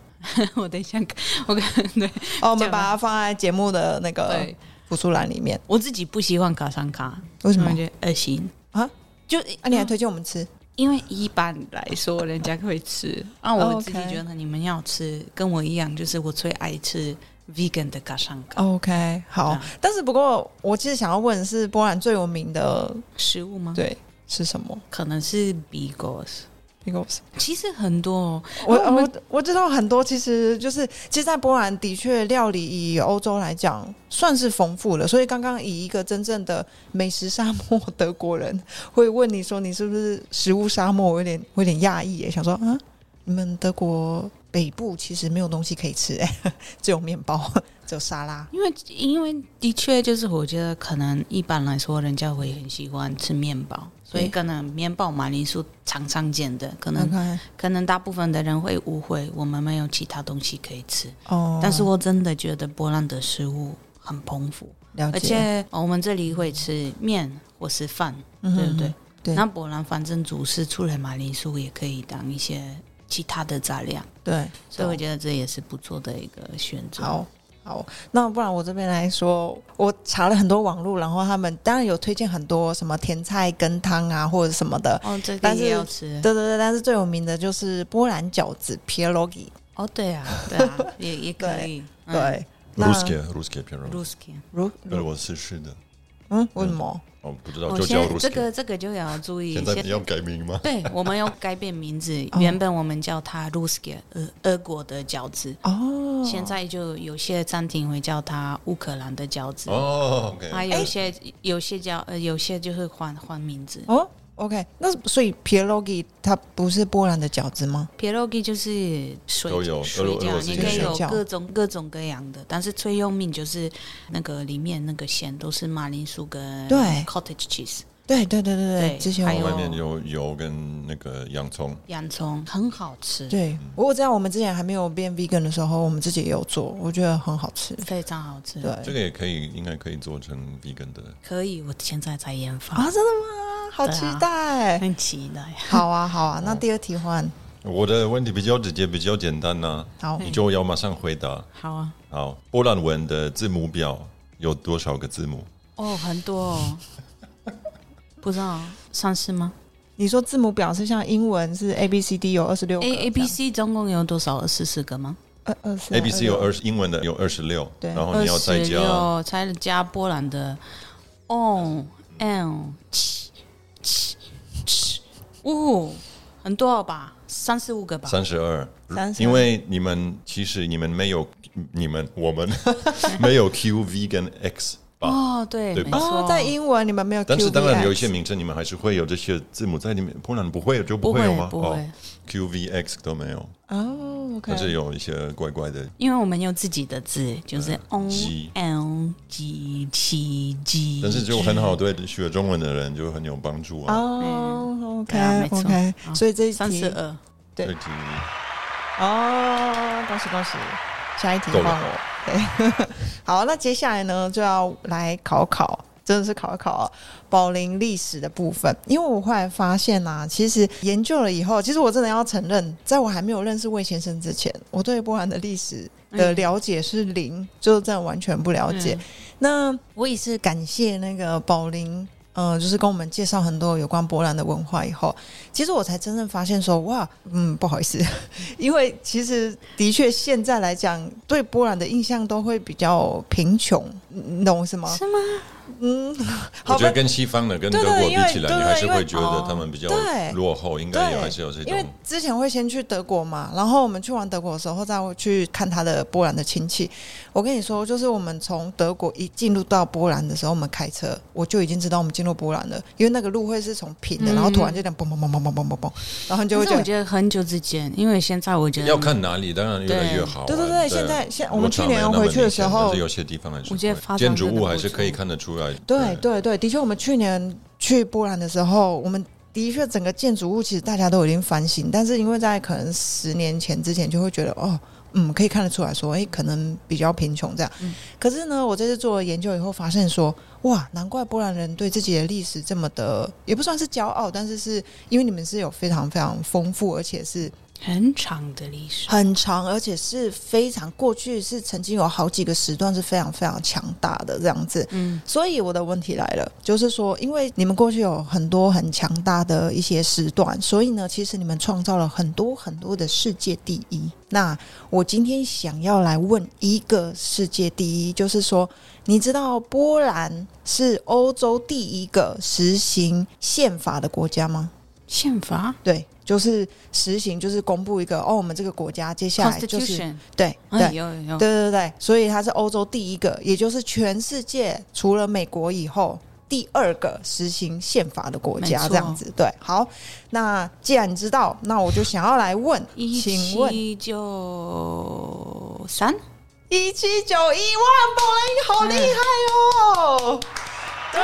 [SPEAKER 1] 我等一下看，我看对
[SPEAKER 2] 哦，
[SPEAKER 1] 这
[SPEAKER 2] 我们
[SPEAKER 1] 样
[SPEAKER 2] 把它放在节目的那个
[SPEAKER 1] 对，
[SPEAKER 2] 辅助栏里面。
[SPEAKER 1] 我自己不喜欢卡山卡，
[SPEAKER 2] 为什么
[SPEAKER 1] 我？觉得恶心
[SPEAKER 2] 啊？
[SPEAKER 1] 嗯就
[SPEAKER 2] 啊，你还推荐我们吃？
[SPEAKER 1] 因为一般来说人家会吃，啊，我
[SPEAKER 2] 哦 OK
[SPEAKER 1] 自己觉得你们要吃，跟我一样，就是我最爱吃 vegan 的嘎上
[SPEAKER 2] 哦
[SPEAKER 1] 嘎
[SPEAKER 2] OK，好
[SPEAKER 1] 对啊。
[SPEAKER 2] 但是不过，我其实想要问的是波兰最有名的
[SPEAKER 1] 食物吗？，
[SPEAKER 2] 对是什么
[SPEAKER 1] 可能是 bigos。
[SPEAKER 2] ？Because
[SPEAKER 1] 其实很多哦，
[SPEAKER 2] 我
[SPEAKER 1] 那我们
[SPEAKER 2] 我我知道很多，其实就是其实，在波兰的确料理以欧洲来讲算是丰富了。所以刚刚以一个真正的美食沙漠德国人会问你说你是不是食物沙漠，我有点我有点讶异耶，想说啊，你们德国北部其实没有东西可以吃哎， *laughs* 只有面包，只有沙拉。
[SPEAKER 1] 因为因为的确就是我觉得可能一般来说人家会很喜欢吃面包，所以
[SPEAKER 2] 对嗯
[SPEAKER 1] 可能面包马铃薯常常见的，可能
[SPEAKER 2] OK，
[SPEAKER 1] 可能大部分的人会误会我们没有其他东西可以吃，
[SPEAKER 2] 哦，
[SPEAKER 1] 但是我真的觉得波兰的食物很丰富。
[SPEAKER 2] 了
[SPEAKER 1] 而
[SPEAKER 2] 解，
[SPEAKER 1] 且、哦我们这里会吃面或是饭，
[SPEAKER 2] 嗯
[SPEAKER 1] 对不对？？
[SPEAKER 2] 对
[SPEAKER 1] 那波兰反正主食除了马铃薯，也可以当一些其他的杂粮，
[SPEAKER 2] 对，
[SPEAKER 1] 所以
[SPEAKER 2] 懂
[SPEAKER 1] 我觉得这也是不错的一个选择。
[SPEAKER 2] 好。好，那不然我这边来说，我查了很多网络，然后他们当然有推荐很多什么甜菜羹汤啊，或者什么的。
[SPEAKER 1] 哦，这个
[SPEAKER 2] 但是
[SPEAKER 1] 也要吃
[SPEAKER 2] 对对对，但是最有名的就是波兰饺子 p i e r o g i
[SPEAKER 1] 哦，对
[SPEAKER 2] *laughs*
[SPEAKER 1] 啊，对啊，也也可以。嗯
[SPEAKER 2] 对，那
[SPEAKER 3] Ruske Ruske 偏容
[SPEAKER 1] Ruski，
[SPEAKER 2] 如如
[SPEAKER 3] 俄罗斯式的，
[SPEAKER 2] 嗯，为什么？
[SPEAKER 3] 哦，不知道
[SPEAKER 1] 我
[SPEAKER 3] 就叫
[SPEAKER 1] 先这
[SPEAKER 3] Ruske。
[SPEAKER 1] 个这个就要注意
[SPEAKER 3] 现
[SPEAKER 1] 一
[SPEAKER 3] 在
[SPEAKER 1] 些
[SPEAKER 3] 你。要改名吗？
[SPEAKER 1] 对，我们要改变名字。
[SPEAKER 2] 哦
[SPEAKER 1] 原本我们叫它 Ruski，俄俄国的饺子。
[SPEAKER 2] 哦，
[SPEAKER 1] 现在就有些餐厅会叫它乌克兰的饺子。
[SPEAKER 3] 哦，OK，
[SPEAKER 1] 啊，
[SPEAKER 2] 哎
[SPEAKER 1] 有些、有些叫呃，有些就是换换名字。
[SPEAKER 2] 哦，OK，那所以 p i e r o g i 它不是波兰的饺子吗？
[SPEAKER 1] pierogi 就是水
[SPEAKER 3] 都有
[SPEAKER 1] 水
[SPEAKER 3] 俄罗俄
[SPEAKER 1] 饺，
[SPEAKER 3] 罗斯
[SPEAKER 1] 你
[SPEAKER 2] 也
[SPEAKER 1] 可以
[SPEAKER 2] 有
[SPEAKER 1] 有
[SPEAKER 2] 水饺
[SPEAKER 1] 各种各种各样的，但是最有名就是那个里面那个馅都是马铃薯跟
[SPEAKER 2] 对
[SPEAKER 1] cottage cheese
[SPEAKER 2] 对对对对
[SPEAKER 1] 对
[SPEAKER 2] 之前
[SPEAKER 1] 还
[SPEAKER 2] 我
[SPEAKER 1] 有
[SPEAKER 3] 外面有油跟那个洋葱，
[SPEAKER 1] 洋葱，很好吃，
[SPEAKER 2] 对，我我知道我们之前还没有变 vegan 的时候，我们自己也有做，我觉得很好吃。
[SPEAKER 1] 非常好吃。
[SPEAKER 2] 对，
[SPEAKER 3] 这个也可以，应该可以做成 vegan 的。
[SPEAKER 1] 可以，我现在在研发，
[SPEAKER 2] 啊，哎真的吗？好
[SPEAKER 1] 对
[SPEAKER 2] 期
[SPEAKER 1] 啊
[SPEAKER 2] 待。
[SPEAKER 1] 很期待。
[SPEAKER 2] 好啊，好啊，那第二题换
[SPEAKER 3] 我的问题比较直接，比较简单呐、
[SPEAKER 2] 好
[SPEAKER 3] 你就要马上回答。
[SPEAKER 1] 好啊，
[SPEAKER 3] 好，波兰文的字母表有多少个字母？
[SPEAKER 1] 哦，很多
[SPEAKER 2] *laughs*
[SPEAKER 1] 哦，不知道上市吗
[SPEAKER 2] 你说字母表是像英文是 A B C D 有二十六个
[SPEAKER 1] ？A A
[SPEAKER 2] 这
[SPEAKER 1] B
[SPEAKER 2] 样
[SPEAKER 1] C 总共有多少？二十四个吗？
[SPEAKER 2] 二二十
[SPEAKER 3] A、B、C 有二，十，英文的有二十六，
[SPEAKER 2] 对
[SPEAKER 3] 然后
[SPEAKER 1] 二
[SPEAKER 3] 哦你要再
[SPEAKER 1] 十
[SPEAKER 3] 加
[SPEAKER 1] 六才加波兰的 o n 七七七五，哦很多吧，三十五个吧。
[SPEAKER 3] 三十二。
[SPEAKER 2] 32
[SPEAKER 3] 因为你们其实你们没有，你们我们没有 Q、V 跟 X 吧？
[SPEAKER 1] 哦，对，
[SPEAKER 3] 对
[SPEAKER 1] 没
[SPEAKER 3] 吧
[SPEAKER 1] 错
[SPEAKER 2] 哦，，在英文你们没有 QVX，
[SPEAKER 3] 但是当然有一些名称你们还是会有这些字母在里面，波兰不会就
[SPEAKER 1] 不
[SPEAKER 3] 会有
[SPEAKER 1] 会
[SPEAKER 3] 吗？哦
[SPEAKER 1] 不会，
[SPEAKER 3] q V X 都没有，
[SPEAKER 2] 哦，OK，
[SPEAKER 3] 但是有一些怪怪的嗯
[SPEAKER 1] 因为我们有自己的字，就是 o
[SPEAKER 3] G
[SPEAKER 1] n g 起起鸡，
[SPEAKER 3] 但是就很好，对学中文的人就很有帮助啊。
[SPEAKER 2] 哦
[SPEAKER 1] 对啊
[SPEAKER 2] ，OK
[SPEAKER 1] 没错
[SPEAKER 2] OK，
[SPEAKER 1] 好
[SPEAKER 2] 所以这一
[SPEAKER 1] 三十
[SPEAKER 2] 题
[SPEAKER 1] 二，
[SPEAKER 2] 对
[SPEAKER 3] 这题
[SPEAKER 2] 哦，恭喜恭喜，下一题
[SPEAKER 3] 够
[SPEAKER 2] 换
[SPEAKER 3] 了
[SPEAKER 2] 我。对， *laughs* 好，那接下来呢就要来考考，真的是考一考保龄历史的部分，因为我后来发现啊，其实研究了以后，其实我真的要承认，在我还没有认识魏先生之前，我对波兰的历史的
[SPEAKER 1] 嗯
[SPEAKER 2] 了解是零，就真的完全不了解。那我也是感谢那个宝林，呃，就是跟我们介绍很多有关波兰的文化以后，其实我才真正发现说，哇，嗯，不好意思， *laughs* 因为其实的确现在来讲，对波兰的印象都会比较贫穷，你懂我意思吗？
[SPEAKER 1] 是吗？
[SPEAKER 2] 嗯，
[SPEAKER 3] 我
[SPEAKER 2] 好
[SPEAKER 3] 觉
[SPEAKER 2] 吧
[SPEAKER 3] 得，跟西方的跟
[SPEAKER 2] 对
[SPEAKER 3] 德
[SPEAKER 2] 对
[SPEAKER 3] 国比
[SPEAKER 2] 因为
[SPEAKER 3] 起来，
[SPEAKER 2] 对
[SPEAKER 3] 你还
[SPEAKER 2] 对
[SPEAKER 3] 是
[SPEAKER 2] 因为
[SPEAKER 3] 会觉得
[SPEAKER 1] 哦
[SPEAKER 3] 他们比较
[SPEAKER 2] 对
[SPEAKER 3] 落后，应该也还是有这
[SPEAKER 2] 因为
[SPEAKER 3] 种。
[SPEAKER 2] 之前会先去德国嘛，然后我们去完德国的时候，再会去看他的波兰的亲戚。我跟你说，就是我们从德国一进入到波兰的时候，我们开车我就已经知道我们进入波兰了，因为那个路会是从平的，
[SPEAKER 1] 嗯
[SPEAKER 2] 然后突然就这样嘣嘣嘣嘣嘣嘣嘣嘣，然后你就
[SPEAKER 1] 可
[SPEAKER 2] 会
[SPEAKER 1] 是
[SPEAKER 2] 觉
[SPEAKER 1] 我
[SPEAKER 2] 得。
[SPEAKER 1] 觉得很久之前，因为现在我觉得
[SPEAKER 3] 要看哪里，当然越来越好啊。
[SPEAKER 2] 对对对，现在现我们去年
[SPEAKER 3] 落差没有那么
[SPEAKER 2] 回去的时
[SPEAKER 3] 明显但
[SPEAKER 2] 候
[SPEAKER 3] 是，有些地方还是
[SPEAKER 1] 我觉得
[SPEAKER 3] 会
[SPEAKER 1] 发展
[SPEAKER 3] 建筑
[SPEAKER 1] 真的
[SPEAKER 3] 物
[SPEAKER 1] 不
[SPEAKER 3] 还是可以
[SPEAKER 1] 错
[SPEAKER 3] 看得出来。
[SPEAKER 2] 对对对，的确，我们去年去波兰的时候，我们的确整个建筑物其实大家都已经反省，但是因为在可能十年前之前就会觉得哦。嗯，可以看得出来说，哎、可能比较贫穷这样。
[SPEAKER 1] 嗯
[SPEAKER 2] 可是呢，我这次做了研究以后，发现说，哇，难怪波兰人对自己的历史这么的，也不算是骄傲，但是是因为你们是有非常非常丰富，而且是
[SPEAKER 1] 很长的历史，
[SPEAKER 2] 很长，而且是非常过去是曾经有好几个时段是非常非常强大的这样子。
[SPEAKER 1] 嗯，
[SPEAKER 2] 所以我的问题来了，就是说，因为你们过去有很多很强大的一些时段，所以呢，其实你们创造了很多很多的世界第一。那我今天想要来问一个世界第一，就是说，你知道波兰是欧洲第一个实行宪法的国家吗？
[SPEAKER 1] 宪法
[SPEAKER 2] 对，就是实行，就是公布一个哦，我们这个国家接下来就是
[SPEAKER 1] ，Constitution，
[SPEAKER 2] 对对。
[SPEAKER 1] 哎有有
[SPEAKER 2] 对对对，所以它是欧洲第一个，也就是全世界除了美国以后第二个实行宪法的国
[SPEAKER 1] 没
[SPEAKER 2] 家，
[SPEAKER 1] 错，
[SPEAKER 2] 这样子。对，好，那既然你知道，那我就想要来问
[SPEAKER 1] 一
[SPEAKER 2] 请问
[SPEAKER 1] 七九三，
[SPEAKER 2] 一七九一万柏林，好厉害哦！对，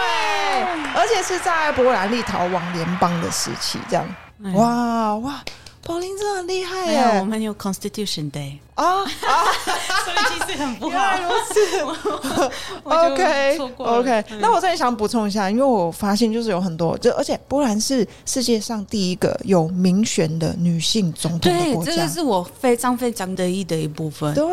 [SPEAKER 2] 而且是在波兰立陶宛联邦的时期，这样，
[SPEAKER 1] 哎，
[SPEAKER 2] 哇哇，柏林真的很厉害
[SPEAKER 1] 没哎有，我
[SPEAKER 2] 耶！
[SPEAKER 1] 们有 Constitution Day，
[SPEAKER 2] 啊，
[SPEAKER 1] *laughs* 所以其实很不
[SPEAKER 2] 原来如此。
[SPEAKER 1] 我就
[SPEAKER 2] 啊 OK
[SPEAKER 1] 错过了
[SPEAKER 2] OK，、
[SPEAKER 1] 嗯
[SPEAKER 2] 那我这里想补充一下，因为我发现就是有很多，就而且波兰是世界上第一个有民选的女性总统的
[SPEAKER 1] 对，
[SPEAKER 2] 国
[SPEAKER 1] 这个
[SPEAKER 2] 家，
[SPEAKER 1] 是我非常非常得意的一部分，
[SPEAKER 2] 对，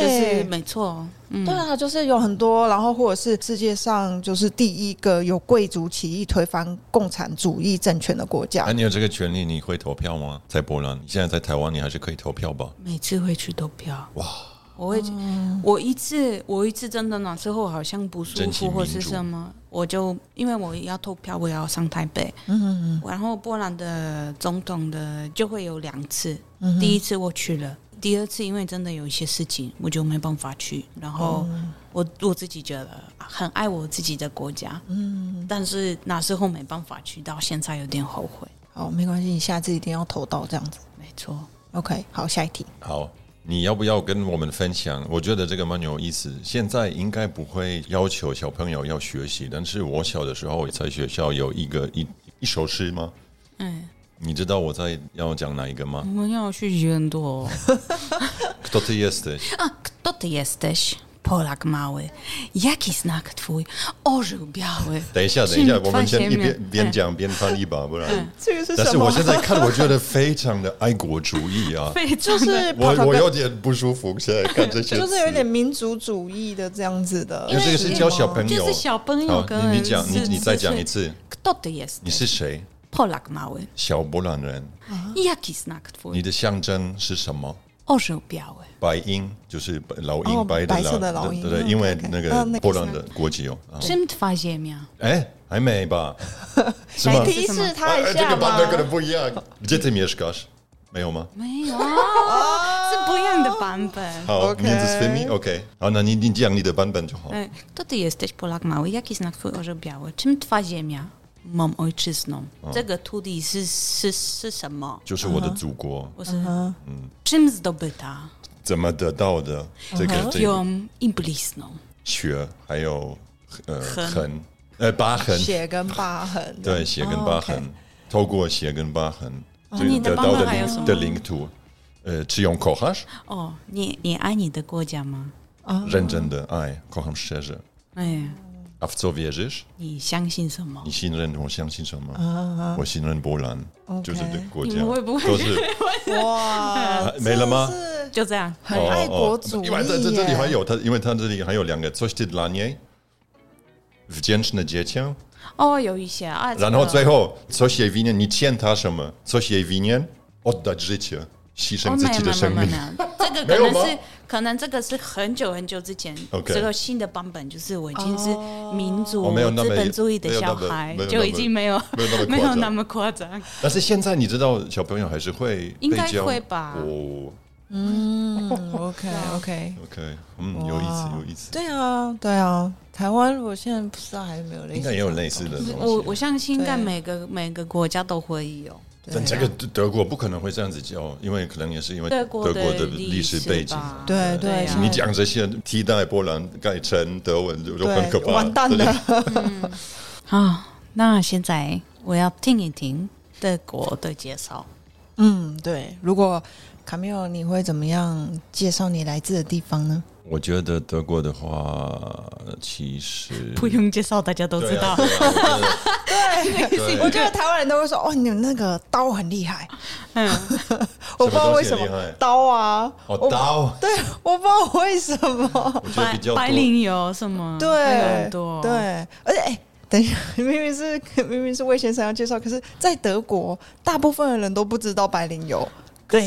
[SPEAKER 1] 就是没错，嗯
[SPEAKER 2] 对，啊，就是有很多，然后或者是世界上就是第一个有贵族起义推翻共产主义政权的国家
[SPEAKER 3] 那。你有这个权利，你会投票吗？在波兰，你现在在台湾，你还是可以投票吧？
[SPEAKER 1] 每次会去投票，
[SPEAKER 3] 哇，
[SPEAKER 1] 我会，我一次我一次真的那时候好像不舒
[SPEAKER 3] 珍惜
[SPEAKER 1] 服
[SPEAKER 3] 民
[SPEAKER 1] 或是
[SPEAKER 3] 主
[SPEAKER 1] 什么，我就因为我要投票，我要上台北，
[SPEAKER 2] 嗯嗯
[SPEAKER 1] 然后波兰的总统的就会有两次，
[SPEAKER 2] 嗯，
[SPEAKER 1] 第
[SPEAKER 2] 一
[SPEAKER 1] 一次我去了，第二次因为真的有一些事情，我就没办法去。然后我、我自己觉得很爱我自己的国家，嗯，但是那时候没办法去，到现在有点后悔。
[SPEAKER 2] 好，没关系，你下次一定要投到这样子。
[SPEAKER 1] 没错，
[SPEAKER 2] OK，好，下一题。
[SPEAKER 3] 好，你要不要跟我们分享？我觉得这个蛮有意思。现在应该不会要求小朋友要学习，但是我小的时候在学校有一个一一首诗吗？
[SPEAKER 1] 嗯，
[SPEAKER 3] 你知道我在要讲哪一个吗
[SPEAKER 1] 我？们要去很多哦
[SPEAKER 3] Kto ty jesteś？
[SPEAKER 1] 啊，Kto ty jesteś? Polak mały, jaki znak twój? Orzeł biały.
[SPEAKER 3] 等一下，等一下，
[SPEAKER 1] 请
[SPEAKER 3] 我们先一
[SPEAKER 1] 放前
[SPEAKER 3] 边
[SPEAKER 1] 面，
[SPEAKER 3] 边讲边翻译吧，不然。
[SPEAKER 2] 这个是
[SPEAKER 3] 但
[SPEAKER 2] 什
[SPEAKER 3] 是
[SPEAKER 2] 么？
[SPEAKER 3] 我现在看，我觉得非常的爱国主义
[SPEAKER 2] *laughs*
[SPEAKER 3] 啊
[SPEAKER 1] 非常
[SPEAKER 2] 就
[SPEAKER 1] 的
[SPEAKER 2] 是
[SPEAKER 3] 我
[SPEAKER 2] 跑跑
[SPEAKER 3] 我
[SPEAKER 2] 跟
[SPEAKER 3] 有点不舒服。现在看这
[SPEAKER 2] *laughs*
[SPEAKER 3] 些，
[SPEAKER 2] 就是有点。民族主义的这样子的，
[SPEAKER 3] 因为这个是教小朋友，
[SPEAKER 1] 就是小朋友
[SPEAKER 3] 好
[SPEAKER 1] 跟
[SPEAKER 3] 你你讲，你
[SPEAKER 1] 是
[SPEAKER 3] 你再
[SPEAKER 1] 是
[SPEAKER 3] 讲
[SPEAKER 1] 是
[SPEAKER 3] 一次，
[SPEAKER 1] Kto ty
[SPEAKER 3] 你
[SPEAKER 1] jesteś?
[SPEAKER 3] 是谁？
[SPEAKER 1] Polak mały,
[SPEAKER 3] 小波兰人，
[SPEAKER 1] jaki znak
[SPEAKER 3] 你
[SPEAKER 1] twój?
[SPEAKER 3] 的象征是什么？
[SPEAKER 1] Orzeł biały.
[SPEAKER 3] 白鹰就是老
[SPEAKER 2] 哦
[SPEAKER 3] 鹰，白
[SPEAKER 2] 白色
[SPEAKER 3] 的
[SPEAKER 2] 的老鹰
[SPEAKER 3] 对对，
[SPEAKER 2] 嗯
[SPEAKER 3] 因为
[SPEAKER 2] OK，OK
[SPEAKER 3] 那
[SPEAKER 2] 啊
[SPEAKER 3] 个
[SPEAKER 2] 那个
[SPEAKER 3] 波兰的国籍哦。啊
[SPEAKER 1] Czym twa ziemia?
[SPEAKER 3] 哎，还没吧？
[SPEAKER 2] *laughs*
[SPEAKER 3] 是吗
[SPEAKER 2] 来？提示他
[SPEAKER 3] 哎
[SPEAKER 2] 一
[SPEAKER 3] 这
[SPEAKER 2] 下
[SPEAKER 3] 个
[SPEAKER 2] 嘛
[SPEAKER 3] 版。本可能不一样。Gdzie ty mieszkasz？没有吗？
[SPEAKER 1] 没有，是不一样的版本。
[SPEAKER 3] 好，
[SPEAKER 2] OK
[SPEAKER 3] 名字是 Femi，OK。好，那你你讲你的版本就好。
[SPEAKER 1] E, Kto ty jesteś, Polak mały? Jaki znak twój orzeł biały? Czym twa ziemia? Mą ojczyzną. Tego tudi sy, sy, sy samo.
[SPEAKER 3] 就是我的祖国
[SPEAKER 2] 嗯
[SPEAKER 1] Bo sy- Czym zdobyta?
[SPEAKER 2] 嗯
[SPEAKER 3] 怎么得到的？这个这个
[SPEAKER 1] Krwią i blizną.
[SPEAKER 3] 血还有呃
[SPEAKER 1] 痕
[SPEAKER 3] 痕呃疤痕，
[SPEAKER 2] 血跟疤痕，
[SPEAKER 3] 对血跟疤痕，
[SPEAKER 2] 哦
[SPEAKER 3] 透过血跟疤痕就
[SPEAKER 1] 你的
[SPEAKER 3] 得
[SPEAKER 1] 疤
[SPEAKER 3] 到
[SPEAKER 1] 痕
[SPEAKER 3] 的
[SPEAKER 1] 还有什
[SPEAKER 3] 领
[SPEAKER 1] 么
[SPEAKER 3] 的领土。呃，只用口哈，
[SPEAKER 1] 哦，你你爱你的国家吗？
[SPEAKER 2] ，OK，
[SPEAKER 3] 认真的爱，kocham szczerze。
[SPEAKER 1] 哎呀，
[SPEAKER 3] A w co wierzysz？
[SPEAKER 1] 你相信什么
[SPEAKER 3] 你？信任我相信什么？
[SPEAKER 2] 啊
[SPEAKER 3] 我信任波兰，
[SPEAKER 2] ，OK，
[SPEAKER 3] 就是这个国
[SPEAKER 1] 你
[SPEAKER 3] 家
[SPEAKER 1] 们会不会
[SPEAKER 3] 都是
[SPEAKER 2] 哇
[SPEAKER 3] 啊，没了吗
[SPEAKER 2] 真的是
[SPEAKER 1] 就这样？
[SPEAKER 3] 哦
[SPEAKER 2] 很爱国主义
[SPEAKER 3] 因为在这这里
[SPEAKER 2] 耶
[SPEAKER 3] 还有他，因为他这里还有两个 coś ty dla niej wdzięczne dziecię，
[SPEAKER 1] 哦，有一些啊，这
[SPEAKER 3] 然后
[SPEAKER 1] 个
[SPEAKER 3] 最后 coś jej winien，你欠他什么？coś jej winien oddać życie，牺
[SPEAKER 1] 哦，
[SPEAKER 3] 牲自
[SPEAKER 1] 没有
[SPEAKER 3] 己的
[SPEAKER 1] 没有
[SPEAKER 3] 生
[SPEAKER 1] 没有没。
[SPEAKER 3] 命 *laughs*
[SPEAKER 1] 有，这个
[SPEAKER 3] 没
[SPEAKER 1] 可
[SPEAKER 3] 有
[SPEAKER 1] 能是
[SPEAKER 3] 吗
[SPEAKER 1] 可能这个是很久很久之前
[SPEAKER 3] OK
[SPEAKER 1] 这个新的版本，就是我已经是民主
[SPEAKER 3] 哦没有那
[SPEAKER 1] 资
[SPEAKER 3] 么
[SPEAKER 1] 本主义的小
[SPEAKER 3] 没有那么
[SPEAKER 1] 孩
[SPEAKER 3] 没有那，么
[SPEAKER 1] 就已经没有
[SPEAKER 3] 没有
[SPEAKER 1] *laughs*
[SPEAKER 3] 那么
[SPEAKER 1] 没有那
[SPEAKER 3] 么，
[SPEAKER 1] 么夸张，
[SPEAKER 3] 但是现在你知道小朋友还是会
[SPEAKER 1] 应该
[SPEAKER 3] 被教
[SPEAKER 1] 会吧
[SPEAKER 3] 哦
[SPEAKER 2] 嗯，OK OK，
[SPEAKER 3] ，OK，嗯，
[SPEAKER 2] 哇
[SPEAKER 3] 有意思，有意思，
[SPEAKER 2] 对啊，对啊，台湾我现在不知道还有没有类似，
[SPEAKER 3] 应该也有类似的东西。
[SPEAKER 1] 我我相信应该
[SPEAKER 2] 对
[SPEAKER 1] 每个每个国家都会有。
[SPEAKER 2] 对
[SPEAKER 3] 但
[SPEAKER 2] 啊
[SPEAKER 3] 这个德德国不可能会这样子教，因为可能也是因为
[SPEAKER 1] 德
[SPEAKER 3] 国
[SPEAKER 1] 国
[SPEAKER 3] 的
[SPEAKER 1] 的
[SPEAKER 3] 历史
[SPEAKER 1] 史
[SPEAKER 3] 背景。
[SPEAKER 1] 吧
[SPEAKER 2] 对
[SPEAKER 1] 对
[SPEAKER 2] 对
[SPEAKER 1] 啊，
[SPEAKER 3] 你讲这些替代波兰改成德文就就很可
[SPEAKER 2] 对，
[SPEAKER 3] 怕，
[SPEAKER 2] 完蛋了，
[SPEAKER 1] 啊，那现在我要听一听德国的介绍。
[SPEAKER 2] *laughs* 嗯，对。如果卡米尔，你会怎么样介绍你来自的地方呢？
[SPEAKER 3] 我觉得德国的话，其实
[SPEAKER 1] 不用介绍，大家都知
[SPEAKER 3] 对啊
[SPEAKER 1] 道。
[SPEAKER 3] 对啊
[SPEAKER 2] 对，
[SPEAKER 1] *laughs*
[SPEAKER 3] 对
[SPEAKER 2] 我觉得台湾人都会说，哦，你们那个刀很厉害，
[SPEAKER 1] 嗯，
[SPEAKER 2] 我不知道为
[SPEAKER 3] 什
[SPEAKER 2] 什
[SPEAKER 3] 么东西很厉
[SPEAKER 2] 么
[SPEAKER 3] 害
[SPEAKER 2] 刀啊，
[SPEAKER 3] 哦，刀，
[SPEAKER 2] 对，我不知道为什么，
[SPEAKER 3] 我觉得
[SPEAKER 1] 白
[SPEAKER 3] 比较
[SPEAKER 1] 白
[SPEAKER 3] 多。
[SPEAKER 1] 领有什么？有
[SPEAKER 2] 对
[SPEAKER 1] 很，多。
[SPEAKER 2] 对，而且哎、等一下， *laughs* 明明是明明是魏先生要介绍，可是，在德国，大部分的人都不知道白灵油，
[SPEAKER 1] 对，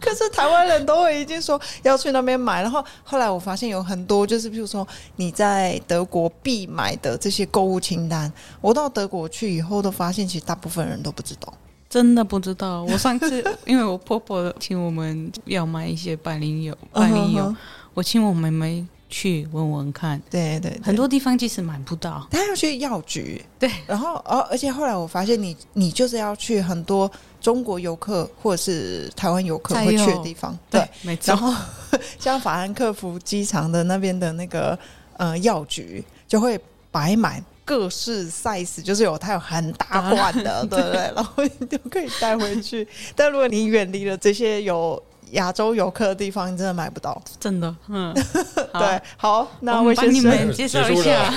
[SPEAKER 2] 可是台湾人都会已经说要去那边买，然后后来我发现有很多就是，譬如说你在德国必买的这些购物清单，我到德国去以后都发现，其实大部分人都不知道。
[SPEAKER 1] 真的不知道。我上次 *laughs* 因为我婆婆请我们要买一些百灵油，百灵油
[SPEAKER 2] 嗯哼哼，
[SPEAKER 1] 我请我妹妹去闻闻看，
[SPEAKER 2] 对对对，
[SPEAKER 1] 很多地方其实买不到。
[SPEAKER 2] 他要去药局，
[SPEAKER 1] 对，
[SPEAKER 2] 然后而、而且后来我发现你，你就是要去很多中国游客或者是台湾游客
[SPEAKER 1] 才
[SPEAKER 2] 会去的
[SPEAKER 1] 有
[SPEAKER 2] 地方，对。，
[SPEAKER 1] 没错
[SPEAKER 2] 然。后像法兰克福机场的那边的那个呃药局，就会摆满各式 size，就是有它有很大罐的，对不对？
[SPEAKER 1] *laughs*
[SPEAKER 2] 然后你就可以带回去。但如果你远离了这些有亚洲游客的地方，你真的买不到。
[SPEAKER 1] 真的，嗯，好
[SPEAKER 2] 对，好，那
[SPEAKER 1] 我
[SPEAKER 2] 魏
[SPEAKER 1] 们帮
[SPEAKER 2] 先
[SPEAKER 1] 你
[SPEAKER 2] 生，
[SPEAKER 1] 们介绍一下。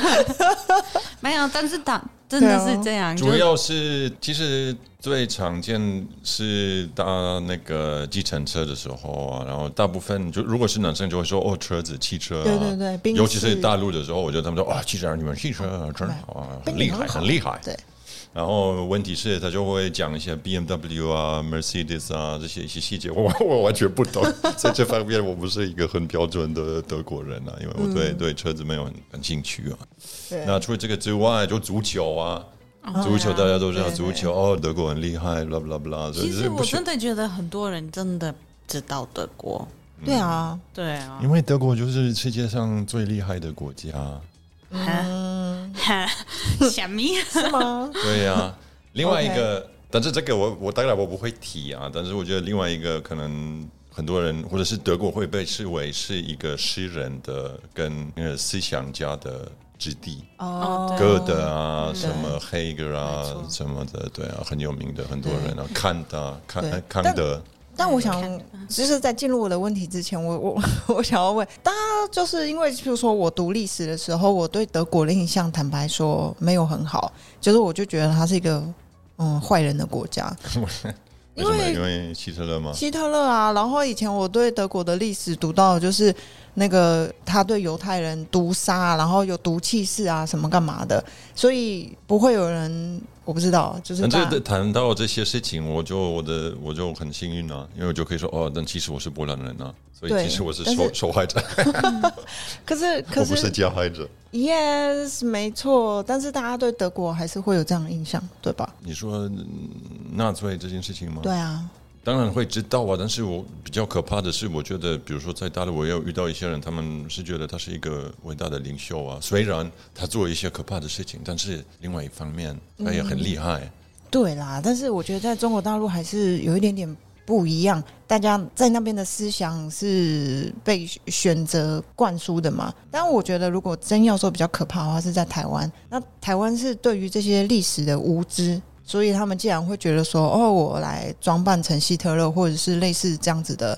[SPEAKER 1] *laughs* 没有，但是打真
[SPEAKER 2] 对
[SPEAKER 1] 的
[SPEAKER 2] 啊
[SPEAKER 1] 是这样，
[SPEAKER 3] *laughs* 主
[SPEAKER 1] 就
[SPEAKER 3] 要是其实最常见是搭那个计程车的时候啊，然后大部分就如果是男生就会说哦车子汽车啊，
[SPEAKER 2] 对对对，冰
[SPEAKER 3] 尤其是
[SPEAKER 2] 室
[SPEAKER 3] 大陆的时候，我觉得他们说啊汽车啊你们汽车啊真好啊，
[SPEAKER 2] 对
[SPEAKER 3] 很厉害
[SPEAKER 2] 很好
[SPEAKER 3] 很厉害，
[SPEAKER 2] 对。
[SPEAKER 3] 然后问题是，他就会讲一些 BMW 啊、Mercedes 啊这些一些细节，我我完
[SPEAKER 2] *laughs*
[SPEAKER 3] 全不懂，在这方面我不是一个很标准的德国人啊，因为我
[SPEAKER 2] 嗯
[SPEAKER 3] 对、对车子没有很很兴趣啊。
[SPEAKER 2] 对
[SPEAKER 3] 那除了这个之外，就足球啊，
[SPEAKER 1] 哦
[SPEAKER 3] 足球
[SPEAKER 1] 对
[SPEAKER 3] 大
[SPEAKER 1] 啊
[SPEAKER 3] 家都知道，
[SPEAKER 2] 对对
[SPEAKER 3] 足球哦，德国很厉害，blah blah blah，所
[SPEAKER 1] 其
[SPEAKER 3] 以
[SPEAKER 1] 实
[SPEAKER 3] 这
[SPEAKER 1] 我
[SPEAKER 3] 不
[SPEAKER 1] 真
[SPEAKER 3] 行。
[SPEAKER 1] 的觉得很多人真的知道德国，
[SPEAKER 2] 对啊，
[SPEAKER 1] 对啊
[SPEAKER 3] 因，为德国就是世界上最厉害的国家，
[SPEAKER 2] 嗯，
[SPEAKER 1] *laughs* 小咪，
[SPEAKER 2] 是吗？
[SPEAKER 3] 对呀、
[SPEAKER 1] *laughs*
[SPEAKER 3] 另外一个，但是这个我我当然我不会提啊，但是我觉得另外一个可能很多人或者是德国会被视为是一个诗人的跟那个思想家的之地，
[SPEAKER 1] 哦
[SPEAKER 3] 歌德啊，
[SPEAKER 1] 嗯
[SPEAKER 3] 什么黑格
[SPEAKER 1] 没
[SPEAKER 3] 啊
[SPEAKER 1] 错
[SPEAKER 3] 什么的，对啊，很有名的很多人啊，康德、
[SPEAKER 2] 对
[SPEAKER 3] 康康
[SPEAKER 2] 但
[SPEAKER 3] 德，
[SPEAKER 2] 但我想
[SPEAKER 1] 看，
[SPEAKER 2] 就是在进入我的问题之前，我我我想要问大家，就是因为譬如说我读历史的时候，我对德国的印象，坦白说没有很好，就是我就觉得它是一个嗯坏人的国家，
[SPEAKER 3] 嗯为
[SPEAKER 2] 因
[SPEAKER 3] 什么？
[SPEAKER 2] 为
[SPEAKER 3] 因为希特勒吗？
[SPEAKER 2] 希特勒啊，然后以前我对德国的历史读到的就是那个他对犹太人毒杀，然后有毒气室啊什么干嘛的，所以不会有人我不知道，就是
[SPEAKER 3] 但
[SPEAKER 2] 大
[SPEAKER 3] 这谈到这些事情，我就我的我就很幸运啊，因为我就可以说哦，但其实我是波兰人啊，所以
[SPEAKER 2] 对
[SPEAKER 3] 其实我是
[SPEAKER 2] 但是
[SPEAKER 3] 受受害者，
[SPEAKER 2] 可是
[SPEAKER 3] 我
[SPEAKER 2] 可
[SPEAKER 3] 不是
[SPEAKER 2] 是
[SPEAKER 3] 加害者。
[SPEAKER 2] yes 没错，但是大家对德国还是会有这样的印象，对吧？
[SPEAKER 3] 你说嗯纳粹这件事情吗？
[SPEAKER 2] 对，啊，
[SPEAKER 3] 当然会知道啊。但是我比较可怕的是，我觉得，比如说在大陆，我也有遇到一些人，他们是觉得他是一个伟大的领袖啊。虽然他做一些可怕的事情，但是另外一
[SPEAKER 2] 嗯
[SPEAKER 3] 方面，他也很厉害。
[SPEAKER 2] 对啦，但是我觉得在中国大陆还是有一点点不一样，大家在那边的思想是被选择灌输的嘛。但我觉得，如果真要说比较可怕的话，是在台湾。那台湾是对于这些历史的无知，所以他们竟然会觉得说：“哦，我来装扮成希特勒，或者是类似这样子的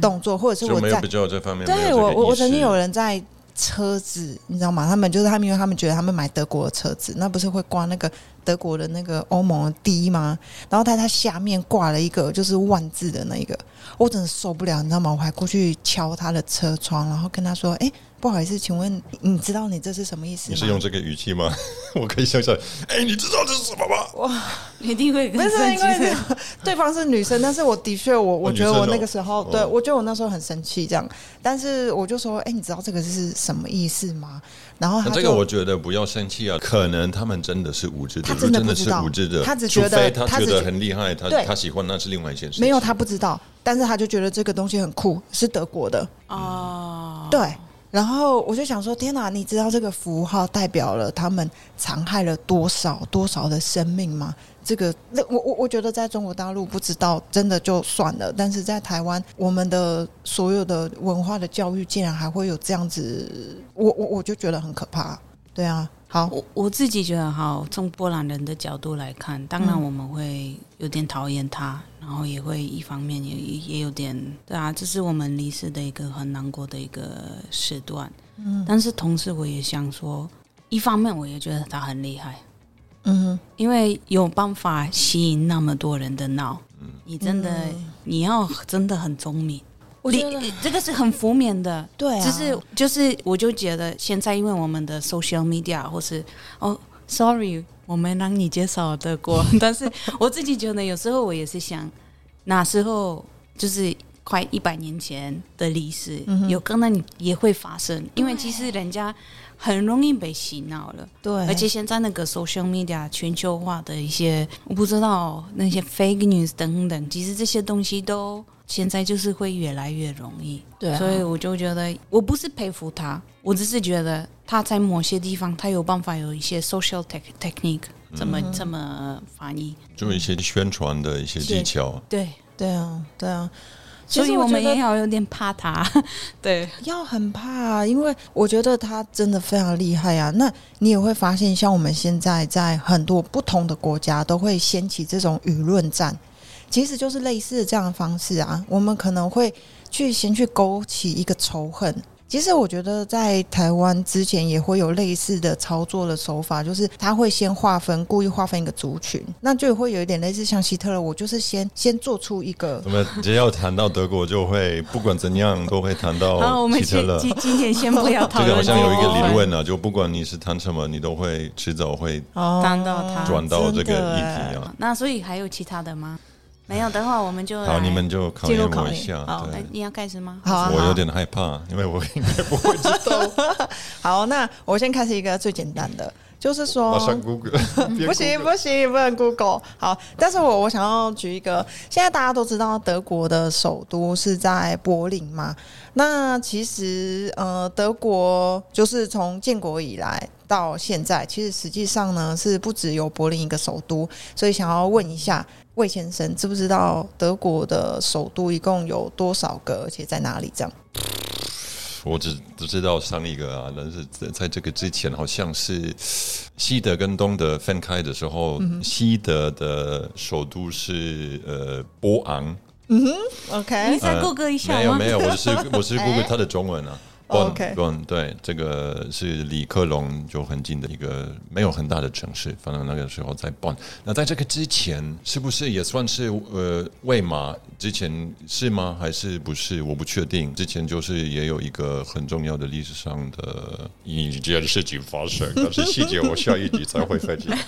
[SPEAKER 2] 动作，或者是
[SPEAKER 3] 就
[SPEAKER 2] 我
[SPEAKER 3] 没有
[SPEAKER 2] 在
[SPEAKER 3] 比较有这方面。没
[SPEAKER 2] 对
[SPEAKER 3] 有这个
[SPEAKER 2] 我，我我
[SPEAKER 3] 意识
[SPEAKER 2] 曾经 *laughs* 有人在车子，你知道吗？他们就是他们，因为他们觉得他们买德国的车子，那不是会挂那个德国的那个欧盟的 D 吗？然后他他下面挂了一个就是万字的那一个，我真的受不了，你知道吗？我还过去敲他的车窗，然后跟他说：“哎、不好意思，请问你知道你这是什么意思
[SPEAKER 3] 你
[SPEAKER 2] 吗？”
[SPEAKER 3] 是用这个语气吗？ *laughs* 我可以想想，哎、你知道这是什么吗？
[SPEAKER 1] 一定会
[SPEAKER 2] 不
[SPEAKER 1] 跟
[SPEAKER 2] 是
[SPEAKER 1] 生
[SPEAKER 2] 因为
[SPEAKER 1] 气
[SPEAKER 2] 是 *laughs* 对方是女生，但是我的确，我我觉得
[SPEAKER 3] 女生
[SPEAKER 2] 我
[SPEAKER 3] 哦
[SPEAKER 2] 那个时候，
[SPEAKER 3] 哦
[SPEAKER 2] 对我觉得我那时候很生气，这样。但是我就说，哎、你知道这个是什么意思吗？然后他
[SPEAKER 3] 那
[SPEAKER 2] 就
[SPEAKER 3] 哦这个我觉得不要生气啊，可能他们真的是无知的，
[SPEAKER 2] 他
[SPEAKER 3] 如果
[SPEAKER 2] 真的
[SPEAKER 3] 真的
[SPEAKER 2] 不知
[SPEAKER 3] 是
[SPEAKER 2] 道
[SPEAKER 3] 无知的，
[SPEAKER 2] 他只觉得
[SPEAKER 3] 除非他
[SPEAKER 2] 他只
[SPEAKER 3] 觉得
[SPEAKER 2] 觉
[SPEAKER 3] 很厉害，他
[SPEAKER 2] 对
[SPEAKER 3] 他喜欢那是另外一件事。
[SPEAKER 2] 没有，他不知道，但是他就觉得这个东西很酷，是德国的，
[SPEAKER 1] *laughs* 哦，
[SPEAKER 2] 对。然后我就想说，天哪！你知道这个符号代表了他们残害了多少多少的生命吗？这个，那我我我觉得在中国大陆不知道真的就算了，但是在台湾，我们的所有的文化的教育竟然还会有这样子，我我我就觉得很可怕。对啊，好，
[SPEAKER 1] 我我自己觉得哈，从波兰人的角度来看，当然
[SPEAKER 2] 嗯
[SPEAKER 1] 我们会有点讨厌他，然后也会一方面也也也有点对啊，这是我们历史的一个很难过的一个时段。
[SPEAKER 2] 嗯
[SPEAKER 1] 但是同时我也想说，一方面我也觉得他很厉害，
[SPEAKER 2] 嗯
[SPEAKER 1] 因为有办法吸引那么多人的脑。你真的、
[SPEAKER 2] 嗯
[SPEAKER 1] 你要真的很聪明，
[SPEAKER 2] 我觉得
[SPEAKER 1] 你这个是很负面的。
[SPEAKER 2] 哼，对啊，
[SPEAKER 1] 只是就是，我就觉得现在因为我们的 social media 或是哦，sorry，我没让你介绍德国， *laughs* 但是我自己觉得有时候我也是想，那时候就是快一百年前的历史，
[SPEAKER 2] 嗯哼
[SPEAKER 1] 有可能也会发生，因为其实人家很容易被洗脑了。
[SPEAKER 2] 对，啊
[SPEAKER 1] 而且现在那个 social media 全球化的一些，我不知道那些 fake news 等等，其实这些东西都现在就是会越来越容易。
[SPEAKER 2] 对啊
[SPEAKER 1] 所以我就觉得，我不是佩服他，我只是觉得他在某些地方他有办法有一些 social tech technique，怎么、怎么翻译？
[SPEAKER 3] 就一些宣传的一些技巧，
[SPEAKER 1] 对，
[SPEAKER 2] 对啊，对啊，其
[SPEAKER 1] 所
[SPEAKER 2] 实
[SPEAKER 1] 以我
[SPEAKER 2] 觉
[SPEAKER 1] 们
[SPEAKER 2] 得
[SPEAKER 1] 也要有点怕他。 *laughs* 对，
[SPEAKER 2] 要很怕、啊因为我觉得他真的非常厉害啊。那你也会发现，像我们现在在很多不同的国家都会掀起这种舆论战，其实就是类似这样的方式啊。我们可能会去先去勾起一个仇恨。其实我觉得在台湾之前也会有类似的操作的手法，就是他会先划分，故意划分一个族群，那就会有一点类似像希特勒，我就是先先做出一个
[SPEAKER 3] 怎么只要谈到德国就会不管怎样都会谈
[SPEAKER 1] 好，我
[SPEAKER 3] 到
[SPEAKER 1] 们
[SPEAKER 3] 希特
[SPEAKER 1] 今
[SPEAKER 3] 勒。
[SPEAKER 1] 今今天先不要讨
[SPEAKER 3] *laughs* 这个
[SPEAKER 1] 论
[SPEAKER 3] 好像有一个理
[SPEAKER 1] 部分，
[SPEAKER 3] 论呢、啊，就不管你是谈什么，你都会迟早会
[SPEAKER 1] *laughs*
[SPEAKER 2] 哦
[SPEAKER 1] 谈到他
[SPEAKER 3] 转到这个
[SPEAKER 2] 真的
[SPEAKER 3] 议
[SPEAKER 2] 欸
[SPEAKER 3] 题啊。
[SPEAKER 1] 那所以还有其他的吗？没有的话，我们就
[SPEAKER 3] 好，
[SPEAKER 1] 来
[SPEAKER 3] 你们就考
[SPEAKER 2] 进入
[SPEAKER 3] 验我
[SPEAKER 2] 考
[SPEAKER 3] 一
[SPEAKER 2] 验
[SPEAKER 3] 下。
[SPEAKER 1] 好，哎
[SPEAKER 3] 对，
[SPEAKER 1] 你要开始吗？
[SPEAKER 2] 好啊，
[SPEAKER 3] 我
[SPEAKER 2] 好啊
[SPEAKER 3] 有点害怕，因为我应该不会
[SPEAKER 2] 好，那我先开始一个最简单的，就是
[SPEAKER 3] 马
[SPEAKER 2] 说，
[SPEAKER 3] 上 Google，
[SPEAKER 2] 哦不行不行，不能 Google。好，但是我我想要举一个，现在大家都知道德国的首都是在柏林嘛。那其实呃，德国就是从建国以来到现在，其实实际上呢是不只有柏林一个首都，所以想要问一下。魏先生，知不知道德国的首都一共有多少个，而且在哪里？这样
[SPEAKER 3] 我只只知道上一个啊，但是在在这个之前，好像是西德跟东德分开的时候，西德的首都是呃波昂，
[SPEAKER 1] 你
[SPEAKER 2] ，OK，
[SPEAKER 1] 哎再 Google 一下吗？
[SPEAKER 3] 呃没有呃没有，
[SPEAKER 2] *laughs*
[SPEAKER 3] 我是我是
[SPEAKER 2] 哎
[SPEAKER 3] Google 它的中文啊。
[SPEAKER 2] 哦
[SPEAKER 3] Bonn，
[SPEAKER 2] ，OK
[SPEAKER 3] Bonn，对，这个是离科隆就很近的一个没有很大的城市，反正那个时候在 Bonn。那在这个之前，是不是也算是呃魏玛之前是吗？还是不是？我不确定。之前就是也有一个很重要的历史上的一件事情发生，但是细节我下一集才会分
[SPEAKER 2] *laughs*
[SPEAKER 3] 享。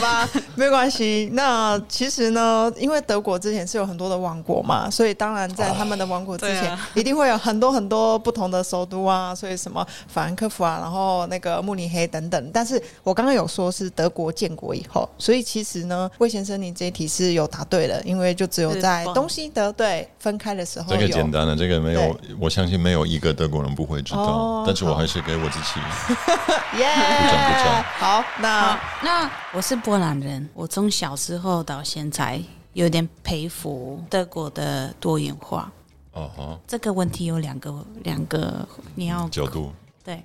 [SPEAKER 1] *laughs*
[SPEAKER 2] 吧，没关系。那其实呢，因为德国之前是有很多的王国嘛，所以当然在他们的王国之
[SPEAKER 1] 对
[SPEAKER 2] 前，
[SPEAKER 1] 啊
[SPEAKER 2] *laughs* 一定会有很多很多不同的首都啊，所以什么法兰克福啊，然后那个慕尼黑等等。但是我刚刚有说是德国建国以后，所以其实呢，魏先生你这一题是有答对了，因为就只有在
[SPEAKER 1] 是吧
[SPEAKER 2] 东西德对分开的时候
[SPEAKER 3] 这个
[SPEAKER 2] 有。
[SPEAKER 3] 简单了，这个没有，我相信没有一个德国人不会知道，
[SPEAKER 2] 哦
[SPEAKER 3] 但是我
[SPEAKER 2] 好
[SPEAKER 3] 还是给我自己。
[SPEAKER 2] *laughs* 耶、
[SPEAKER 3] 掌鼓掌
[SPEAKER 2] 好，那
[SPEAKER 1] 好，那我是波兰人，我从小时候到现在有点佩服德国的多元化。
[SPEAKER 3] 哦哈，
[SPEAKER 1] 这个问题有两个两个，你要
[SPEAKER 3] 角度
[SPEAKER 1] 对，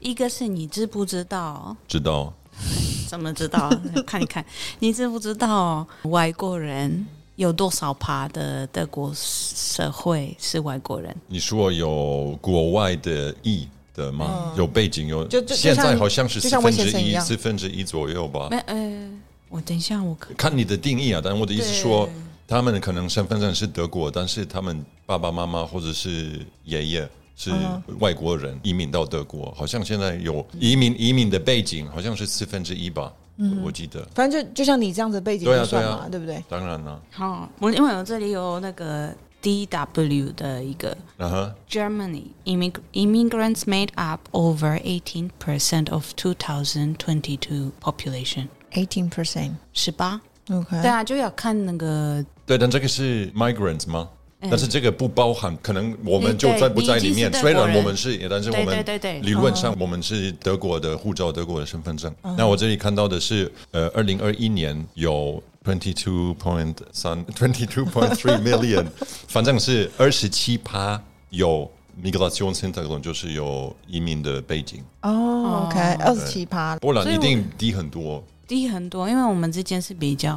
[SPEAKER 1] 一个是你知不知道，
[SPEAKER 3] 知道
[SPEAKER 1] 怎么知
[SPEAKER 3] *laughs*
[SPEAKER 1] 道？看一看，你知不知道外国人有多少趴的德国社会是外国人？
[SPEAKER 3] 你说有国外的裔的吗？有背景有，
[SPEAKER 2] 嗯就就
[SPEAKER 3] 现
[SPEAKER 2] 就
[SPEAKER 3] 在
[SPEAKER 2] 像
[SPEAKER 3] 好像是
[SPEAKER 2] 就
[SPEAKER 3] 四
[SPEAKER 2] 像
[SPEAKER 3] 分
[SPEAKER 2] 温先
[SPEAKER 3] 之
[SPEAKER 2] 生一
[SPEAKER 3] 一，
[SPEAKER 2] 样
[SPEAKER 3] 四分之一左右吧
[SPEAKER 1] 没。呃，我等一下我可
[SPEAKER 3] 看你的定义啊，但我的意思说，他们可能身份证是德国，但是他们爸爸妈妈或者是爷爷是
[SPEAKER 2] 嗯
[SPEAKER 3] 外国人移民到德国，好像现在有移民移民的背景，好像是四分之一吧，
[SPEAKER 2] 嗯
[SPEAKER 3] 我记得。
[SPEAKER 2] 反正就就像你这样子背景
[SPEAKER 3] 对啊
[SPEAKER 2] 就算
[SPEAKER 3] 对
[SPEAKER 2] 嘛，
[SPEAKER 3] 啊
[SPEAKER 2] 对不对？
[SPEAKER 3] 当然了、
[SPEAKER 1] 好，我因为我这里有那个 DW 的一个
[SPEAKER 3] 然后
[SPEAKER 1] Germany immig- immigrants made up over 18% of 2022 population.
[SPEAKER 2] eighteen percent。
[SPEAKER 1] 十八，
[SPEAKER 2] OK，
[SPEAKER 1] 对啊，就要看那个，
[SPEAKER 3] 对，但这个是 migrants 吗？
[SPEAKER 1] 嗯
[SPEAKER 3] 但是这个不包含，可能我们
[SPEAKER 1] 嗯
[SPEAKER 3] 就
[SPEAKER 1] 对
[SPEAKER 3] 算不在
[SPEAKER 1] 你
[SPEAKER 3] 里
[SPEAKER 1] 已经是
[SPEAKER 3] 面。
[SPEAKER 1] 德
[SPEAKER 3] 虽
[SPEAKER 1] 国
[SPEAKER 3] 然
[SPEAKER 1] 人
[SPEAKER 3] 我们是，但是我
[SPEAKER 1] 对对
[SPEAKER 3] 们
[SPEAKER 1] 对对，
[SPEAKER 3] 理论上我们是德国的护照、德国的身份证。
[SPEAKER 1] 嗯
[SPEAKER 3] 那我这里看到的是，呃，二零二一年有 twenty two point 三 *laughs* twenty two
[SPEAKER 1] *laughs*
[SPEAKER 3] point three million，反正是二十七趴有 migration c e n t e r 就是有移民的背景。
[SPEAKER 2] 哦，OK，二十七趴，
[SPEAKER 3] 波兰
[SPEAKER 1] 所以
[SPEAKER 3] 一
[SPEAKER 1] 我
[SPEAKER 3] 定低很多，
[SPEAKER 1] 低很多，因为我们之间是比较，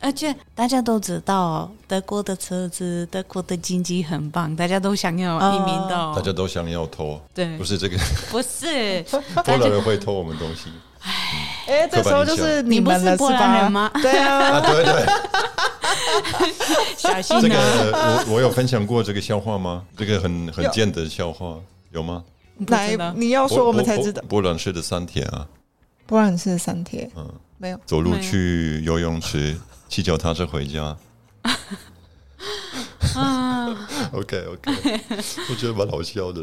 [SPEAKER 1] 而且大家都知道德国的车子，德国的经济很棒，大家都想要移民到，
[SPEAKER 3] 大家都想要偷，
[SPEAKER 1] 对
[SPEAKER 3] 不，
[SPEAKER 1] *laughs*
[SPEAKER 3] 是这个
[SPEAKER 1] 不
[SPEAKER 3] *laughs*
[SPEAKER 1] 是，
[SPEAKER 3] 波
[SPEAKER 1] 大
[SPEAKER 3] 兰
[SPEAKER 1] 家
[SPEAKER 3] 人会偷我们东西
[SPEAKER 2] 哎，这时候就是
[SPEAKER 1] 你不
[SPEAKER 2] 们了，
[SPEAKER 1] 是
[SPEAKER 2] 是
[SPEAKER 1] 波兰
[SPEAKER 2] 吧
[SPEAKER 1] 人？吗？
[SPEAKER 2] 对啊，
[SPEAKER 3] 啊！对对。
[SPEAKER 1] 小心
[SPEAKER 3] 这个
[SPEAKER 1] 啊！
[SPEAKER 3] 我我有分享过这个笑话吗？这个很很贱的笑话有哦吗？
[SPEAKER 1] *laughs* 不
[SPEAKER 2] 来
[SPEAKER 1] 知道，
[SPEAKER 2] 你要说我们才知道
[SPEAKER 3] 波。波波兰式的三铁啊，
[SPEAKER 2] 波兰是三铁，
[SPEAKER 3] 嗯，
[SPEAKER 2] 没有
[SPEAKER 3] 走路去游泳池，骑脚踏车回 *laughs* 家。
[SPEAKER 1] 啊，
[SPEAKER 3] OK *laughs* OK，我觉得蛮好笑的。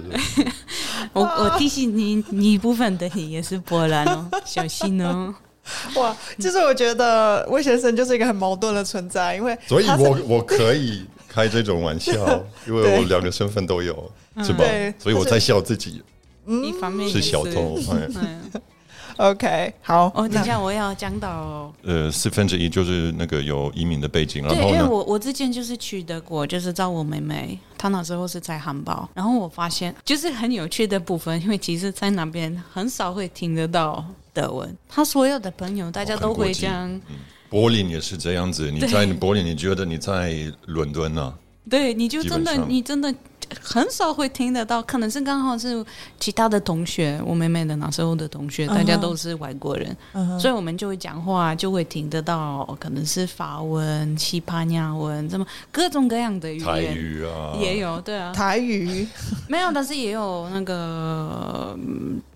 [SPEAKER 1] *laughs* 我我提醒你，你一部分的你也是波兰哦，小心哦。
[SPEAKER 2] 哇，就是我觉得魏先生就是一个很矛盾的存在，因为
[SPEAKER 3] 所以
[SPEAKER 2] 他是
[SPEAKER 3] 我我可以开这种玩 *laughs* 笑，因为我两个身份都有，是吧
[SPEAKER 2] 对？
[SPEAKER 3] 所以我在笑自己
[SPEAKER 1] 一方面也
[SPEAKER 3] 是小偷。
[SPEAKER 1] *laughs*
[SPEAKER 3] 哎
[SPEAKER 1] 嗯，
[SPEAKER 2] OK 好，
[SPEAKER 1] 哦，等
[SPEAKER 2] 那
[SPEAKER 1] 一下我要讲到，
[SPEAKER 3] 呃，四分之一就是那个有移民的背景，然
[SPEAKER 1] 对，
[SPEAKER 3] 后
[SPEAKER 1] 因为
[SPEAKER 3] 呢？
[SPEAKER 1] 我我之前就是去德国，就是找我妹妹，她那时候是在汉堡，然后我发现就是很有趣的部分，因为其实，在那边很少会听得到德文，她所有的朋友大家
[SPEAKER 3] 哦很
[SPEAKER 1] 都
[SPEAKER 3] 国
[SPEAKER 1] 会
[SPEAKER 3] 际
[SPEAKER 1] 讲。
[SPEAKER 3] 柏林也是这样子，你
[SPEAKER 1] 对
[SPEAKER 3] 在柏林，你觉得你在伦敦啊呢、
[SPEAKER 1] 对，你就
[SPEAKER 3] 基
[SPEAKER 1] 真
[SPEAKER 3] 本
[SPEAKER 1] 的
[SPEAKER 3] 上
[SPEAKER 1] 你真的很少会听得到，可能是刚好是其他的同学，我妹妹的那时候的同学，大家
[SPEAKER 3] 嗯
[SPEAKER 1] 都是外国人所以我们就会讲话，就会听得到，哦可能是法文、西班牙文，这么各种各样的语
[SPEAKER 3] 台
[SPEAKER 1] 言。
[SPEAKER 3] 语啊，
[SPEAKER 1] 也有对啊，
[SPEAKER 2] 台语
[SPEAKER 1] 没有，但是也有那个，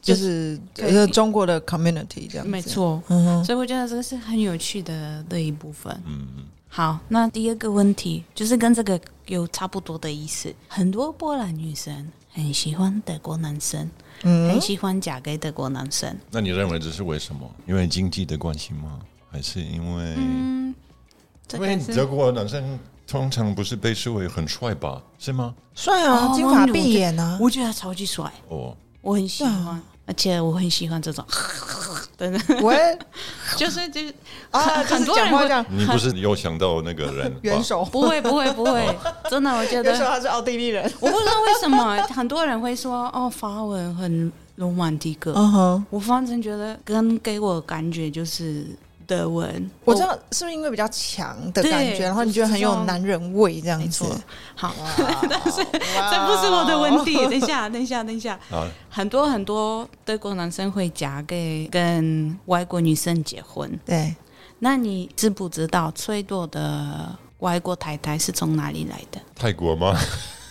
[SPEAKER 2] 就是
[SPEAKER 1] 对
[SPEAKER 2] 就是中国的 community 这样子，
[SPEAKER 1] 没，错，
[SPEAKER 2] 嗯哼，
[SPEAKER 1] 所以我觉得这个是很有趣的的一部分。
[SPEAKER 3] 嗯，
[SPEAKER 1] 好，那第二个问题就是跟这个有差不多的意思。很多波兰女生很喜欢德国男生，
[SPEAKER 2] 嗯
[SPEAKER 1] 很喜欢嫁给德国男生。
[SPEAKER 3] 那你认为这是为什么？因为经济的关系吗？还是因为、
[SPEAKER 1] 嗯，这
[SPEAKER 3] 因为
[SPEAKER 1] 个
[SPEAKER 3] 德
[SPEAKER 1] 是
[SPEAKER 3] 国男生通常不是被视为很帅吧？是吗？
[SPEAKER 2] 帅啊，
[SPEAKER 1] 哦
[SPEAKER 2] 金发碧眼啊，
[SPEAKER 1] 我觉得他超级帅，
[SPEAKER 3] 哦，
[SPEAKER 1] 我很喜欢，而且我很喜欢这种， *laughs* 真
[SPEAKER 2] *laughs*
[SPEAKER 1] 的
[SPEAKER 2] 喂
[SPEAKER 1] 就是就是
[SPEAKER 2] 啊，就
[SPEAKER 1] *laughs* 很
[SPEAKER 2] 是
[SPEAKER 1] 多人
[SPEAKER 2] 讲话
[SPEAKER 1] 会
[SPEAKER 2] 这样，
[SPEAKER 3] 你不是又想到那个人
[SPEAKER 2] 元
[SPEAKER 3] 吧？
[SPEAKER 2] 首，
[SPEAKER 1] 不会不会不
[SPEAKER 2] *laughs*
[SPEAKER 1] 会，真的我觉
[SPEAKER 2] 元首
[SPEAKER 1] 得
[SPEAKER 2] 他是奥地利人，
[SPEAKER 1] 我不知道为什么 *laughs* 很多人会说哦法文很罗曼蒂克，
[SPEAKER 2] 嗯哼，
[SPEAKER 1] 我反正觉得跟给我感觉就是哦德文，
[SPEAKER 2] 我知道是不是因为比较强的
[SPEAKER 1] 对
[SPEAKER 2] 感觉，然后你觉得很有男人味这样
[SPEAKER 1] 没
[SPEAKER 2] 子
[SPEAKER 1] 错，好， *laughs*
[SPEAKER 2] 但是这
[SPEAKER 1] 这不是我的问题。等一下，等一下，等一下，
[SPEAKER 3] 啊，
[SPEAKER 1] 很多很多德国男生会嫁给跟外国女生结婚，
[SPEAKER 2] 对，
[SPEAKER 1] 那你知不知道最多的外国太太是从哪里来的？
[SPEAKER 3] 泰国吗？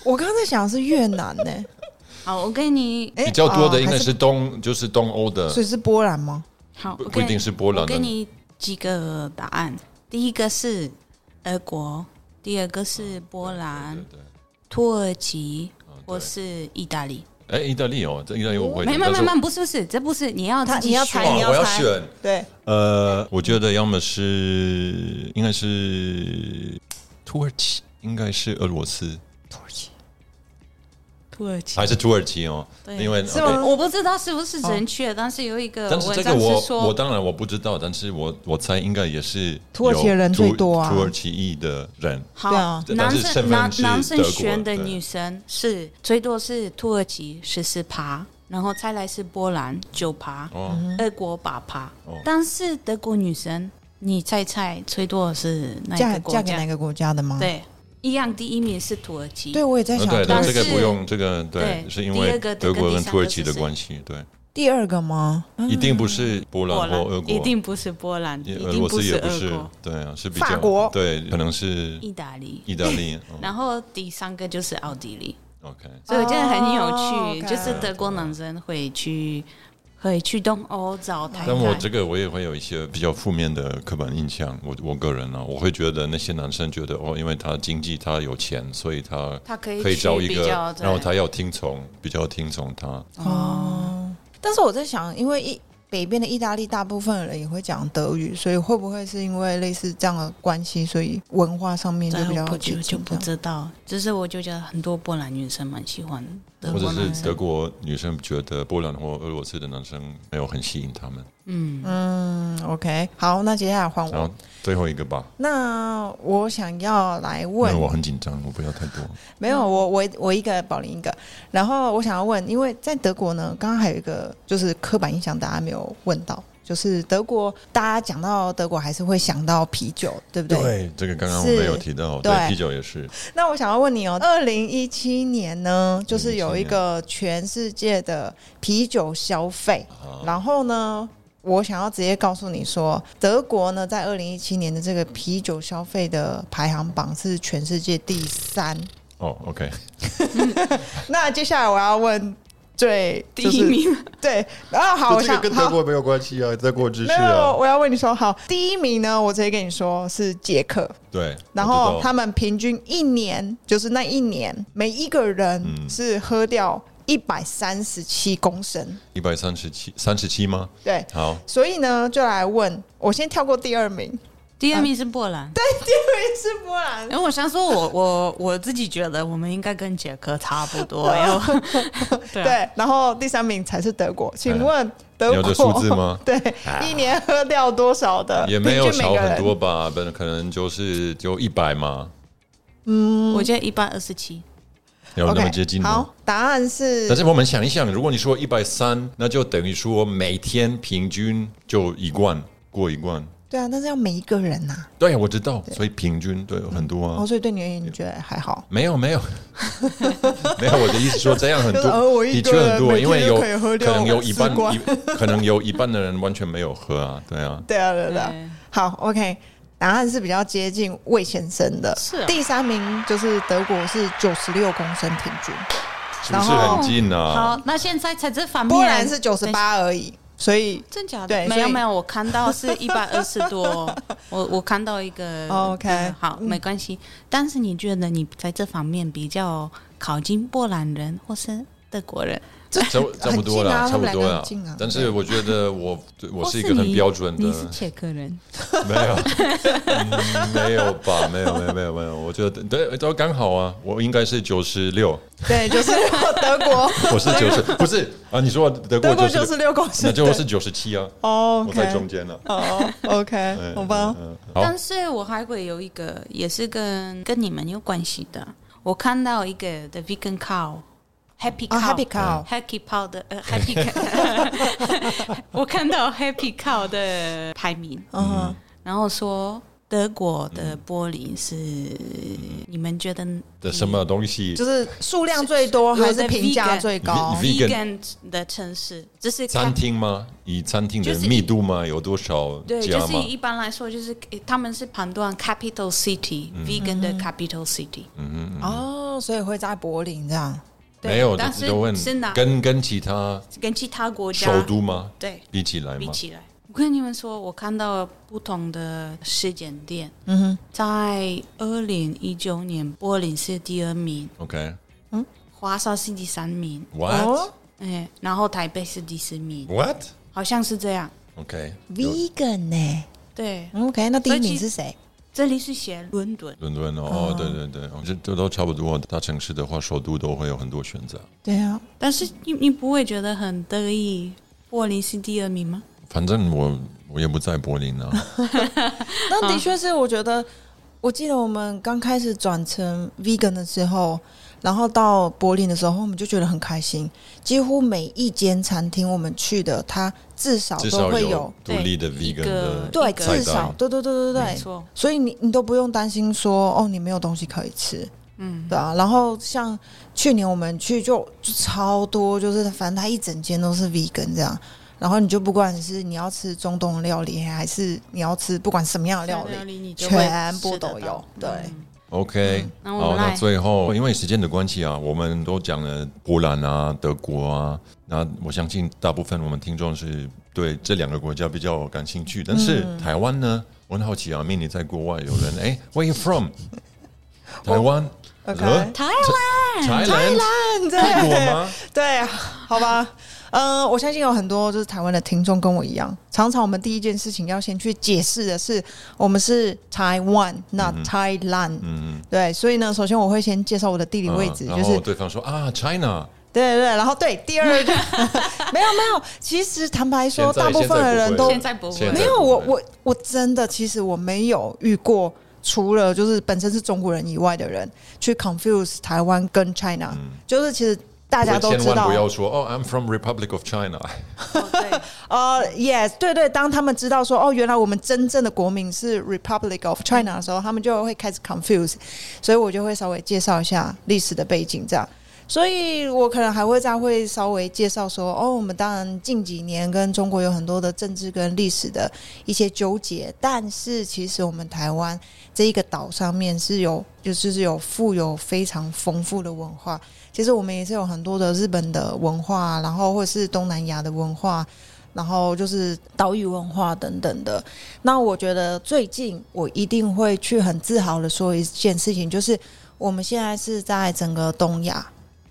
[SPEAKER 2] 我刚刚在想的是越南呢、
[SPEAKER 1] *laughs* 好，我给你，
[SPEAKER 2] 哎
[SPEAKER 3] 比较多的应
[SPEAKER 2] 哦
[SPEAKER 3] 该
[SPEAKER 2] 还
[SPEAKER 3] 是东，就是东欧的，
[SPEAKER 2] 所以是波兰吗？
[SPEAKER 1] 好，
[SPEAKER 3] 不
[SPEAKER 1] 我
[SPEAKER 3] 不
[SPEAKER 1] 给
[SPEAKER 3] 一定是波兰
[SPEAKER 1] 我给
[SPEAKER 3] 的。
[SPEAKER 1] 你几个答案，第一个是俄国，第二个是波兰
[SPEAKER 3] 对、对
[SPEAKER 1] 土耳其或
[SPEAKER 3] 哦对
[SPEAKER 1] 是意大利。
[SPEAKER 3] 哎，意大利哦，这意大利我不会
[SPEAKER 1] 没
[SPEAKER 3] 讲，
[SPEAKER 1] 没
[SPEAKER 3] 但
[SPEAKER 1] 没
[SPEAKER 3] 是
[SPEAKER 1] 没，不是不是，这不是你要
[SPEAKER 2] 他
[SPEAKER 1] 自己
[SPEAKER 2] 你要
[SPEAKER 1] 选
[SPEAKER 2] 猜
[SPEAKER 3] 哇
[SPEAKER 2] 你
[SPEAKER 3] 我要
[SPEAKER 2] 猜
[SPEAKER 3] 选。
[SPEAKER 2] 对，
[SPEAKER 3] 呃，我觉得要么是应该是土耳其，应该是俄罗斯。
[SPEAKER 2] 土耳其。
[SPEAKER 1] 土土耳其
[SPEAKER 3] 还，是土耳其哦，
[SPEAKER 1] 对
[SPEAKER 3] 因为
[SPEAKER 2] 是
[SPEAKER 3] OK，
[SPEAKER 2] 吗
[SPEAKER 1] 我不知道是不是正确，但是有一个
[SPEAKER 3] 但是
[SPEAKER 1] 文
[SPEAKER 3] 这个
[SPEAKER 1] 章是
[SPEAKER 3] 我
[SPEAKER 1] 说
[SPEAKER 3] 我当然我不知道，但是我我猜应该也是
[SPEAKER 2] 土耳其
[SPEAKER 3] 有
[SPEAKER 2] 人
[SPEAKER 3] 土
[SPEAKER 2] 最多啊
[SPEAKER 3] 土耳其裔的人
[SPEAKER 2] 对
[SPEAKER 1] 好
[SPEAKER 2] 啊，
[SPEAKER 3] 但
[SPEAKER 1] 男
[SPEAKER 3] 是身
[SPEAKER 1] 生
[SPEAKER 3] 份
[SPEAKER 1] 男
[SPEAKER 3] 是
[SPEAKER 1] 男
[SPEAKER 3] 德
[SPEAKER 1] 生
[SPEAKER 3] 国
[SPEAKER 1] 选的
[SPEAKER 3] 对
[SPEAKER 1] 女生是最多是土耳其十四趴，然后再来是波兰九趴，
[SPEAKER 3] 哦，
[SPEAKER 2] 嗯
[SPEAKER 1] 俄国八趴
[SPEAKER 3] 哦，
[SPEAKER 1] 但是德国女生，你再猜最多是哪一
[SPEAKER 2] 嫁
[SPEAKER 1] 个
[SPEAKER 2] 嫁
[SPEAKER 1] 国
[SPEAKER 2] 给哪
[SPEAKER 1] 家？
[SPEAKER 2] 个国家的吗？，
[SPEAKER 1] 对，一样第一名是土耳其，
[SPEAKER 2] 对我也在
[SPEAKER 3] 呃
[SPEAKER 2] 想，
[SPEAKER 3] 对，
[SPEAKER 2] 土耳
[SPEAKER 3] 但
[SPEAKER 1] 但
[SPEAKER 3] 这个
[SPEAKER 1] 是
[SPEAKER 3] 不用，这个对
[SPEAKER 1] 对，
[SPEAKER 3] 是因
[SPEAKER 1] 第
[SPEAKER 3] 为
[SPEAKER 1] 二个
[SPEAKER 3] 德
[SPEAKER 1] 跟
[SPEAKER 3] 国
[SPEAKER 1] 第
[SPEAKER 3] 跟
[SPEAKER 1] 三
[SPEAKER 3] 土耳
[SPEAKER 1] 个
[SPEAKER 3] 其
[SPEAKER 1] 是
[SPEAKER 3] 的
[SPEAKER 1] 谁
[SPEAKER 3] 关系，对，
[SPEAKER 2] 第二个吗？
[SPEAKER 3] 一定不是
[SPEAKER 1] 波
[SPEAKER 3] 波兰
[SPEAKER 1] 兰
[SPEAKER 3] 或俄国，
[SPEAKER 1] 一定不是波兰，一
[SPEAKER 3] 俄
[SPEAKER 1] 定
[SPEAKER 3] 罗
[SPEAKER 1] 不
[SPEAKER 3] 斯也不
[SPEAKER 1] 俄
[SPEAKER 3] 是
[SPEAKER 1] 国，，
[SPEAKER 3] 对啊，是比
[SPEAKER 2] 法
[SPEAKER 3] 较
[SPEAKER 2] 国
[SPEAKER 3] 对，可能是
[SPEAKER 1] 意大利，
[SPEAKER 3] 意大
[SPEAKER 1] *laughs*
[SPEAKER 3] 利。嗯
[SPEAKER 1] 然后第三个就是奥地利。
[SPEAKER 3] OK，
[SPEAKER 1] 所以我觉得很
[SPEAKER 2] 哦
[SPEAKER 1] 有趣，
[SPEAKER 2] ，OK
[SPEAKER 1] 就是德国男生会去会去东欧找太
[SPEAKER 3] 但我这
[SPEAKER 1] 太。
[SPEAKER 3] 个我也会有一些比较负面的刻板印象，我我个人呢、啊我会觉得那些男生觉得哦，因为他经济他有钱，所以他
[SPEAKER 1] 他可以
[SPEAKER 3] 可以
[SPEAKER 1] 去
[SPEAKER 3] 找一
[SPEAKER 1] 比
[SPEAKER 3] 个
[SPEAKER 1] 较，对
[SPEAKER 3] 然后他要听从，比较听从他。
[SPEAKER 2] 哦，但是我在想，因为意北边的意大利大部分人也会讲德语，所以会不会是因为类似这样的关系，所以文化上面就
[SPEAKER 1] 但
[SPEAKER 2] 比较
[SPEAKER 1] 我
[SPEAKER 2] 接
[SPEAKER 1] 就就
[SPEAKER 2] 近这
[SPEAKER 1] 不
[SPEAKER 2] 样？
[SPEAKER 1] 知道，就是我就觉得很多波兰女生蛮喜欢德
[SPEAKER 3] 或者
[SPEAKER 1] 国男
[SPEAKER 3] 是
[SPEAKER 1] 生，
[SPEAKER 3] 德国女生觉得波兰或俄罗斯的男生没有很吸引他们。
[SPEAKER 1] 嗯，
[SPEAKER 2] 嗯，OK，好，那接下来换
[SPEAKER 3] 然
[SPEAKER 2] 我
[SPEAKER 3] 后。最后一个吧，
[SPEAKER 2] 那我想要来
[SPEAKER 3] 因为
[SPEAKER 2] 问，
[SPEAKER 3] 我很紧张，我不要太多。
[SPEAKER 2] 没有，我我我一个宝林一个，然后我想要问，因为在德国呢，刚刚还有一个就是刻板印象，大家没有问到，就是德国，大家讲到德国还是会想到啤酒，对不对？
[SPEAKER 3] 对，这个刚刚我
[SPEAKER 2] 是
[SPEAKER 3] 没有提到，
[SPEAKER 2] 对
[SPEAKER 3] 对啤酒也是，
[SPEAKER 2] 那我想要问你哦，二零一七年呢，就是有一个全世界的啤酒消费，然后呢，我想要直接告诉你说，德国呢在二零一七年的这个啤酒消费的排行榜是全世界第三。
[SPEAKER 3] 哦，OK，
[SPEAKER 2] 那接下来我要问最、
[SPEAKER 1] 第
[SPEAKER 2] 就是、
[SPEAKER 1] 一名
[SPEAKER 2] 对，然后好，我
[SPEAKER 4] 这个
[SPEAKER 2] 想
[SPEAKER 4] 跟德
[SPEAKER 2] 好。
[SPEAKER 4] 国没有关系啊，德国只是
[SPEAKER 2] 没有，
[SPEAKER 4] 啊，
[SPEAKER 2] 我要问你说好，第一名呢，我直接跟你说是捷克，
[SPEAKER 3] 对。
[SPEAKER 2] 然
[SPEAKER 3] 我
[SPEAKER 2] 后
[SPEAKER 3] 知道
[SPEAKER 2] 他们平均一年，就是那一年，每一个人
[SPEAKER 3] 嗯
[SPEAKER 2] 是喝掉一百三十七公升。
[SPEAKER 3] 一百三十七，三十七吗？
[SPEAKER 2] 对，
[SPEAKER 3] 好，
[SPEAKER 2] 所以呢，就来问我先跳过第二名， *laughs*
[SPEAKER 1] 第二名是波兰。
[SPEAKER 2] 是波兰
[SPEAKER 1] 因为我想说我，我我自己觉得我们应该跟捷克差不 *laughs* 多，然后对啊
[SPEAKER 2] 对，然后第三名才是德国。请问
[SPEAKER 3] 哎你
[SPEAKER 2] 德
[SPEAKER 3] 有
[SPEAKER 2] 国
[SPEAKER 3] 这数字？吗？
[SPEAKER 2] *laughs*
[SPEAKER 3] 哎
[SPEAKER 2] 对，一年喝掉多少的？
[SPEAKER 3] 也没有
[SPEAKER 2] 平均
[SPEAKER 3] 少
[SPEAKER 2] 每个
[SPEAKER 3] 很
[SPEAKER 2] 人
[SPEAKER 3] 多吧，本可能就是就一百嘛，
[SPEAKER 1] 我觉得一百二十七，
[SPEAKER 3] 有那么
[SPEAKER 2] OK，
[SPEAKER 3] 接近吗
[SPEAKER 2] 好，答案是
[SPEAKER 3] 但是我们想一想，如果你说一百三，那就等于说每天平均就一罐过一罐。
[SPEAKER 2] 对啊，但是要每一个人呐、
[SPEAKER 3] 对，我知道，所以平均对很多啊
[SPEAKER 2] 哦，。所以对你而言，你觉得还好？
[SPEAKER 3] 没有没 *laughs* 有没有，我的意思说这样很
[SPEAKER 2] 就是呃
[SPEAKER 3] 多，
[SPEAKER 2] *laughs* 我一
[SPEAKER 3] 的
[SPEAKER 2] 个
[SPEAKER 3] 确很多，
[SPEAKER 2] 人
[SPEAKER 3] 因为有
[SPEAKER 2] 每天就可以喝掉
[SPEAKER 3] 能有一半
[SPEAKER 2] 四罐
[SPEAKER 3] 一可能有一半的人完全没有喝啊，对啊，
[SPEAKER 2] 对啊，对啊对啊。好，OK，答案是比较接近魏先生的。
[SPEAKER 1] 是啊
[SPEAKER 2] 第三名就是德国是九十六公升平均，
[SPEAKER 3] 是
[SPEAKER 2] 然
[SPEAKER 3] 不是
[SPEAKER 2] 后
[SPEAKER 3] 很近啊？
[SPEAKER 1] 好，那现在才这反面，
[SPEAKER 2] 波兰是九十八而已，所以
[SPEAKER 1] 真假的？
[SPEAKER 2] 对
[SPEAKER 1] 没
[SPEAKER 2] 所
[SPEAKER 1] 有
[SPEAKER 2] 以
[SPEAKER 1] 没有，我看到
[SPEAKER 2] *laughs*
[SPEAKER 1] 是一百二十多，我我看到一个
[SPEAKER 2] OK，
[SPEAKER 1] 嗯好，没关系。但是你觉得你在这方面比较靠近波兰人或是德国人，
[SPEAKER 3] 差不差不多了，差
[SPEAKER 2] 很近啊他
[SPEAKER 3] 不
[SPEAKER 2] 们两
[SPEAKER 3] 多
[SPEAKER 2] 个
[SPEAKER 3] 了
[SPEAKER 2] 很近啊。哦
[SPEAKER 3] 但是我觉得我我
[SPEAKER 1] 或
[SPEAKER 3] 是
[SPEAKER 1] 是
[SPEAKER 3] 一个很
[SPEAKER 1] 你
[SPEAKER 3] 标准的，
[SPEAKER 1] 你是捷克人，
[SPEAKER 3] 没有、嗯没有吧？ *laughs* 没有，没有，没有，没有。我觉得对，都刚好啊。我应该是九十六，
[SPEAKER 2] 对， *laughs* 就是德国，
[SPEAKER 3] 我
[SPEAKER 1] *laughs*
[SPEAKER 3] 是九十，不是啊？你说德
[SPEAKER 2] 德
[SPEAKER 3] 国
[SPEAKER 2] 国
[SPEAKER 3] 九
[SPEAKER 2] 九
[SPEAKER 3] 十
[SPEAKER 2] 十
[SPEAKER 3] 六，
[SPEAKER 2] 六公
[SPEAKER 3] 那
[SPEAKER 2] 升，
[SPEAKER 3] 就是九十七啊。
[SPEAKER 2] 哦
[SPEAKER 3] 我在中
[SPEAKER 2] ，OK，
[SPEAKER 3] 间了。
[SPEAKER 2] 哦
[SPEAKER 3] 嗯
[SPEAKER 2] ，OK，好吧。
[SPEAKER 3] 嗯嗯好
[SPEAKER 1] 但是我还会有一个也是跟跟你们有关系的，我看到一个 The Vegan Cow。Happy
[SPEAKER 3] 哎
[SPEAKER 2] 啊
[SPEAKER 1] cow，
[SPEAKER 2] ，Happy Cow
[SPEAKER 1] Happy Cow 的呃 Happy，Cow *laughs* 我看到 Happy Cow 的排名，
[SPEAKER 2] 嗯哼，
[SPEAKER 1] 然后说德国的柏林是、你们觉得
[SPEAKER 3] 嗯的什么东西
[SPEAKER 2] 就是数量最多还是评价最高？
[SPEAKER 3] Vegan
[SPEAKER 1] vegan 的城市？这是
[SPEAKER 3] 餐厅吗？以餐厅的
[SPEAKER 1] 就是
[SPEAKER 3] 密度吗？有多少
[SPEAKER 1] 对，就
[SPEAKER 3] 家
[SPEAKER 1] 是
[SPEAKER 3] 吗？
[SPEAKER 1] 一般来说，就是诶他们是判断 capital city、vegan
[SPEAKER 2] 嗯
[SPEAKER 3] 嗯
[SPEAKER 1] 的 capital city，、
[SPEAKER 2] 哦，所以会在柏林这样。
[SPEAKER 1] 对
[SPEAKER 3] 没有，
[SPEAKER 1] 但
[SPEAKER 3] 只
[SPEAKER 1] 是
[SPEAKER 3] 是问
[SPEAKER 1] 是哪
[SPEAKER 3] 跟跟其他
[SPEAKER 1] 跟其他国家
[SPEAKER 3] 首都吗？
[SPEAKER 1] 对
[SPEAKER 3] 比起来
[SPEAKER 1] 比
[SPEAKER 3] 吗？
[SPEAKER 1] 起来。我跟你们说，我看到不同的时间点，
[SPEAKER 2] 嗯哼，
[SPEAKER 1] 在二零一九年，柏林是第二名，
[SPEAKER 3] OK，
[SPEAKER 1] 华沙是第三名，
[SPEAKER 3] What
[SPEAKER 2] 哦
[SPEAKER 1] 哎，然后台北是第四名，
[SPEAKER 3] What
[SPEAKER 1] 好像是这样。
[SPEAKER 3] OK，有
[SPEAKER 2] ，Vegan 呢
[SPEAKER 1] 对，
[SPEAKER 2] ？OK，那第一
[SPEAKER 1] 所以
[SPEAKER 2] 名
[SPEAKER 1] 其
[SPEAKER 2] 是谁？
[SPEAKER 1] 这里是写伦敦，
[SPEAKER 3] 伦敦哦，
[SPEAKER 2] 哦
[SPEAKER 3] 对对对，这这都差不多。大城市的话，首都都会有很多选择。
[SPEAKER 2] 对啊，
[SPEAKER 1] 但是你你不会觉得很得意？柏林是第二名吗？
[SPEAKER 3] 反正我我也不在柏林啊，
[SPEAKER 2] 那
[SPEAKER 1] 啊
[SPEAKER 2] 的确是，我觉得，我记得我们刚开始转成 vegan 的时候，然后到柏林的时候，我们就觉得很开心。几乎每一间餐厅我们去的，它至少
[SPEAKER 3] 至
[SPEAKER 2] 都
[SPEAKER 3] 少
[SPEAKER 2] 会
[SPEAKER 3] 有独
[SPEAKER 1] 对
[SPEAKER 3] 立的
[SPEAKER 1] 一个
[SPEAKER 3] vegan 的
[SPEAKER 2] 对，
[SPEAKER 1] 一个
[SPEAKER 3] 菜
[SPEAKER 2] 至
[SPEAKER 3] 单
[SPEAKER 2] 少，对对对对
[SPEAKER 1] 没
[SPEAKER 2] 对。
[SPEAKER 1] 错，
[SPEAKER 2] 所以你你都不用担心说哦，你没有东西可以吃，
[SPEAKER 1] 嗯，
[SPEAKER 2] 对啊。然后像去年我们去就就超多，就是反正它一整间都是 vegan 这样。然后你就不管是你要吃中东料理，还是你要吃不管什么样
[SPEAKER 1] *laughs*
[SPEAKER 2] 的料理，
[SPEAKER 1] 理你就会
[SPEAKER 2] 全部
[SPEAKER 1] 吃得到
[SPEAKER 2] 都有对
[SPEAKER 1] 嗯
[SPEAKER 3] OK，、
[SPEAKER 1] 那我
[SPEAKER 3] 好，
[SPEAKER 1] 们
[SPEAKER 3] 那
[SPEAKER 1] 来
[SPEAKER 3] 最后因为时间的关系啊，我们都讲了波兰啊、德国啊，那我相信大部分我们听众是对这两个国家比较感兴趣，但是
[SPEAKER 1] 嗯
[SPEAKER 3] 台湾呢，我很好奇啊，面你在国外
[SPEAKER 1] *laughs*
[SPEAKER 3] 有人哎，Where you from？台湾、
[SPEAKER 2] OK，
[SPEAKER 3] 呃
[SPEAKER 1] 台湾，
[SPEAKER 3] 台湾、泰国
[SPEAKER 2] 对
[SPEAKER 3] 吗？
[SPEAKER 2] 对，啊好吧， *laughs* 嗯、我相信有很多就是台湾的听众跟我一样，常常我们第一件事情要先去解释的是，我们是台湾，那 Thailand，、
[SPEAKER 3] 嗯嗯，
[SPEAKER 2] 对，所以呢，首先我会先介绍我的地理位置，
[SPEAKER 3] 嗯
[SPEAKER 2] 就
[SPEAKER 3] 然
[SPEAKER 2] 是
[SPEAKER 3] 后对方说啊，China，
[SPEAKER 2] 对对对，然后对第二
[SPEAKER 1] *laughs*
[SPEAKER 2] 个 *laughs* 没有没有，其实坦白说，
[SPEAKER 3] 现在
[SPEAKER 2] 大部分的人都
[SPEAKER 1] 现在不会
[SPEAKER 3] 现在
[SPEAKER 2] 没有，我
[SPEAKER 3] 不会
[SPEAKER 2] 我我真的其实我没有遇过，除了就是本身是中国人以外的人去 confuse 台湾跟 China，、就是其实大家都
[SPEAKER 3] 嗯千
[SPEAKER 2] 知
[SPEAKER 3] 万
[SPEAKER 2] 道啊
[SPEAKER 3] 不，要说哦，I'm from Republic of
[SPEAKER 2] *laughs*
[SPEAKER 3] China，
[SPEAKER 1] 哦对，
[SPEAKER 2] 呃，yes，对对，当他们知道说哦，原来我们真正的国民是 Republic of China 的时候，他们就会开始 confuse，所以我就会稍微介绍一下历史的背景这样。所以我可能还会再会稍微介绍说，哦，我们当然近几年跟中国有很多的政治跟历史的一些纠结，但是其实我们台湾这一个岛上面是有，就是有富有非常丰富的文化。其实我们也是有很多的日本的文化，然后或者是东南亚的文化，然后就是岛屿文化等等的。那我觉得最近我一定会去很自豪的说一件事情，就是我们现在是在整个东亚，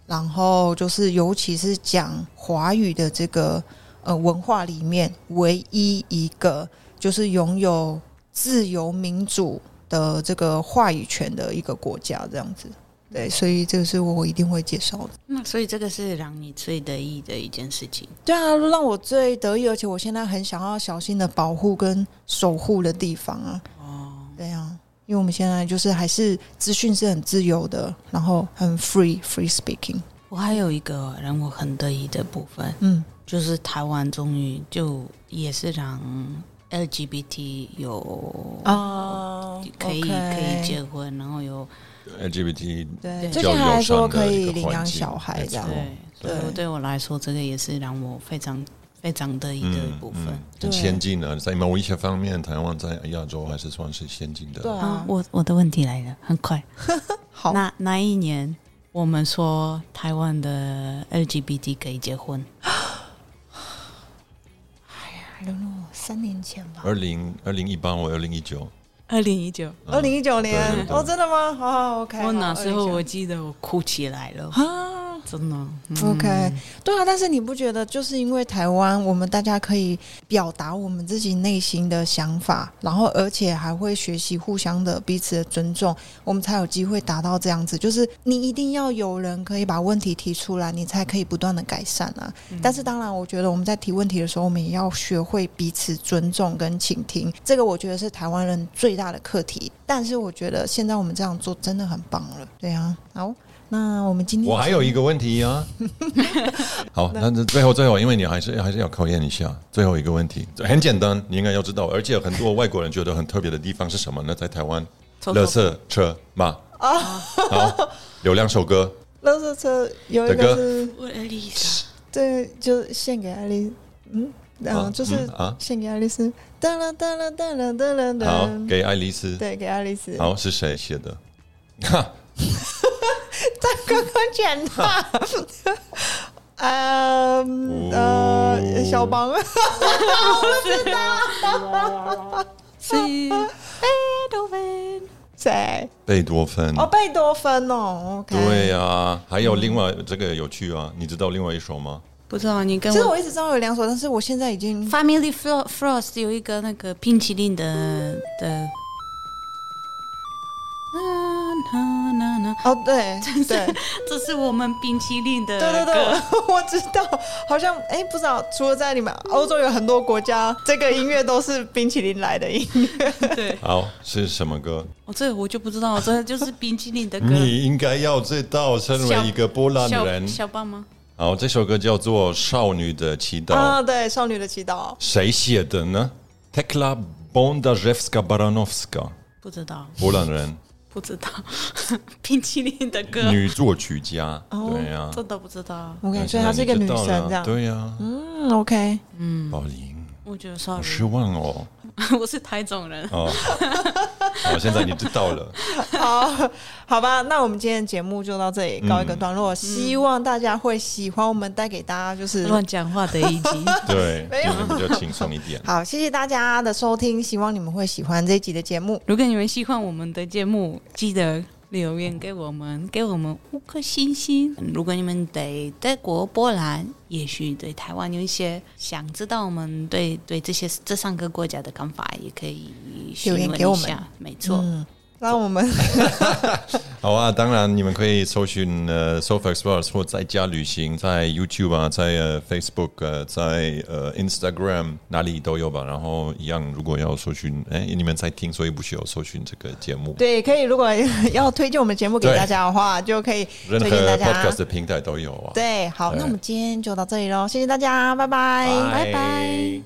[SPEAKER 2] 然后就是尤其是讲华语的这个呃文化里面，唯一一个就是拥有自由民主的这个话语权的一个国家，这样子。对，所以这个是我一定会介绍的。
[SPEAKER 1] 那所以这个是让你最得意的一件事情。
[SPEAKER 2] 对啊，让我最得意，而且我现在很想要小心的保护跟守护的地方啊。
[SPEAKER 1] 哦，
[SPEAKER 2] 对啊，因为我们现在就是还是资讯是很自由的，然后很 free free speaking。
[SPEAKER 1] 我还有一个让我很得意的部分，
[SPEAKER 2] 嗯，
[SPEAKER 1] 就是台湾终于就也是让 LGBT 有
[SPEAKER 2] 哦
[SPEAKER 1] 可以可以结婚，然后有
[SPEAKER 3] LGBT
[SPEAKER 2] 对，
[SPEAKER 1] 对
[SPEAKER 2] 最近还说可
[SPEAKER 3] 教育
[SPEAKER 2] 以
[SPEAKER 3] 上的一个
[SPEAKER 2] 领
[SPEAKER 3] 环
[SPEAKER 2] 养
[SPEAKER 3] 境
[SPEAKER 2] 小孩这样哦
[SPEAKER 3] 没。错
[SPEAKER 1] 对，所
[SPEAKER 2] 对
[SPEAKER 1] 以对我来说，这个也是让我非常非常得意
[SPEAKER 3] 嗯
[SPEAKER 1] 的一部分。
[SPEAKER 2] 对
[SPEAKER 3] 很先进的，在某一些方面，台湾在亚洲还是算是先进的。
[SPEAKER 2] 对
[SPEAKER 1] 啊
[SPEAKER 2] 啊，，
[SPEAKER 1] 我我的问题来了，很快。
[SPEAKER 2] 好，
[SPEAKER 1] 那那一年我们说台湾的 LGBT 可以结婚，
[SPEAKER 2] 三年前吧，
[SPEAKER 3] 二零二零一八或二零一九，
[SPEAKER 1] 二零一九。
[SPEAKER 2] 二零一九
[SPEAKER 3] 对
[SPEAKER 2] 年
[SPEAKER 3] 对，对
[SPEAKER 2] 哦，真的吗？好好，OK 好。
[SPEAKER 1] 我那时候
[SPEAKER 2] 2019
[SPEAKER 1] 我记得我哭起来了，
[SPEAKER 2] 啊。
[SPEAKER 1] 真的。嗯
[SPEAKER 2] OK，、对啊，但是你不觉得就是因为台湾，我们大家可以表达我们自己内心的想法，然后而且还会学习互相的彼此的尊重，我们才有机会达到这样子。就是你一定要有人可以把问题提出来，你才可以不断的改善啊。但是当然，我觉得我们在提问题的时候，我们也要学会彼此尊重跟倾听，这个我觉得是台湾人最大的课题。但是我觉得现在我们这样做真的很棒了，对啊。好，那我们今天
[SPEAKER 3] *laughs* 我还有一个问
[SPEAKER 1] *laughs*
[SPEAKER 3] 题啊。好，那这最后最后，因为你还是还是要考验一下最后一个问题，很简单，你应该要知道。而且很多外国人觉得很特别的地方是什么呢？在台湾，
[SPEAKER 1] 偷偷
[SPEAKER 3] 垃圾车嘛。
[SPEAKER 1] 哦
[SPEAKER 3] 好，有两
[SPEAKER 1] *laughs*
[SPEAKER 3] 首歌，
[SPEAKER 2] 垃圾车有一
[SPEAKER 3] 的
[SPEAKER 2] 个
[SPEAKER 3] 歌
[SPEAKER 2] 是。
[SPEAKER 1] 我的 Lisa，
[SPEAKER 2] 对，就献给爱丽，嗯，然后
[SPEAKER 3] 啊
[SPEAKER 2] 就是
[SPEAKER 3] 嗯啊
[SPEAKER 2] 献给爱丽丝，噔啦噔啦噔啦噔啦
[SPEAKER 1] 嗯
[SPEAKER 3] 好，
[SPEAKER 2] 噔，
[SPEAKER 3] 给爱丽丝。
[SPEAKER 2] 对，给爱丽丝， *laughs*
[SPEAKER 3] 好，是谁写的？ *laughs* 哈，
[SPEAKER 2] 哥哥卷他，嗯
[SPEAKER 3] 哦
[SPEAKER 2] 呃，小邦，
[SPEAKER 1] 是 Beethoven。
[SPEAKER 2] *laughs* 谁？
[SPEAKER 3] 贝多芬。
[SPEAKER 2] 哦，贝多芬哦，OK，
[SPEAKER 3] 对呀、还有另外这个有趣啊，你知道另外一首吗？
[SPEAKER 1] 不知道你跟
[SPEAKER 2] 其实
[SPEAKER 1] 我
[SPEAKER 2] 我一直知道有两首，但是我现在已经
[SPEAKER 3] *laughs*
[SPEAKER 1] Family Fro- Frost 有一个那个冰淇淋的的呐呐呐，
[SPEAKER 2] 哦，对对
[SPEAKER 1] *laughs* 这是我们冰淇淋的
[SPEAKER 2] 对对对，
[SPEAKER 1] 歌，
[SPEAKER 3] *laughs*
[SPEAKER 2] 我我知道，好像哎、不知道，除了在你们欧洲有很多国家，这个音乐都是冰淇淋来的音乐。
[SPEAKER 1] 对，
[SPEAKER 3] 好，是什么歌？
[SPEAKER 1] 哦，这个我就不知道，这就是冰淇淋的歌。
[SPEAKER 3] *laughs* 你应该要知道，身为一个波兰
[SPEAKER 1] 小
[SPEAKER 3] 人。
[SPEAKER 1] 小爸吗？
[SPEAKER 3] 好，这首歌叫做《少女的祈祷》，
[SPEAKER 2] 啊，对，少女的祈祷，
[SPEAKER 3] 谁写的呢？Tekla Bondarzewska Baranowska，
[SPEAKER 1] 不知道，
[SPEAKER 3] 波兰人，
[SPEAKER 1] 不知道， *laughs* 冰淇淋的歌，
[SPEAKER 2] 啊
[SPEAKER 3] 女作曲家。对呀、
[SPEAKER 1] 真的不知道。
[SPEAKER 2] OK，
[SPEAKER 3] 但
[SPEAKER 2] 所以哦她是一个
[SPEAKER 3] 你
[SPEAKER 2] 女
[SPEAKER 3] 知道
[SPEAKER 2] 生
[SPEAKER 3] 了
[SPEAKER 2] 这样。
[SPEAKER 3] 对呀、
[SPEAKER 2] 嗯，OK，
[SPEAKER 3] 宝林，
[SPEAKER 1] 我觉得
[SPEAKER 3] 好
[SPEAKER 1] sorry，
[SPEAKER 3] 失望哦。
[SPEAKER 1] *laughs* 我是台中人。
[SPEAKER 3] 哦，好，现在你知道
[SPEAKER 2] *laughs*
[SPEAKER 3] 了。
[SPEAKER 2] 好，好吧，那我们今天的节目就到这里告一个段落，希望大家会喜欢我们带给大家就是
[SPEAKER 3] 嗯
[SPEAKER 1] 乱讲话的一集，
[SPEAKER 3] 对，
[SPEAKER 2] 没有
[SPEAKER 3] 今天比较轻松一点。
[SPEAKER 2] 好，谢谢大家的收听，希望你们会喜欢这一集的节
[SPEAKER 3] 嗯
[SPEAKER 2] 目。
[SPEAKER 1] *laughs* 如果你们喜欢我们的节目，记得留言给我们，给我们五颗星星。如果你们对德国、波兰，也许对台湾有一些想知道我们对对这些这三个国家的看法，也可以询问
[SPEAKER 2] 留言给我
[SPEAKER 1] 一
[SPEAKER 2] 们
[SPEAKER 1] 下。没错，
[SPEAKER 2] 那我们
[SPEAKER 3] 好啊，当然你们可以搜寻呃 Sofa Explorers 或在家旅行，在 YouTube 啊，在呃 Facebook 呃，在呃 Instagram 哪里都有吧。然后一样，如果要搜寻，哎、你们在听，所以不需要搜寻这个节目，
[SPEAKER 2] 对可以，如果要推荐我们节目给
[SPEAKER 3] 对
[SPEAKER 2] 大家的话，就可以
[SPEAKER 3] 任
[SPEAKER 2] 推
[SPEAKER 3] 何
[SPEAKER 2] 荐大家
[SPEAKER 3] Podcast。的平台都有啊。
[SPEAKER 2] 对，好，
[SPEAKER 3] 对
[SPEAKER 2] 那我们今天就到这里喽，谢谢大家，拜拜，
[SPEAKER 3] 拜。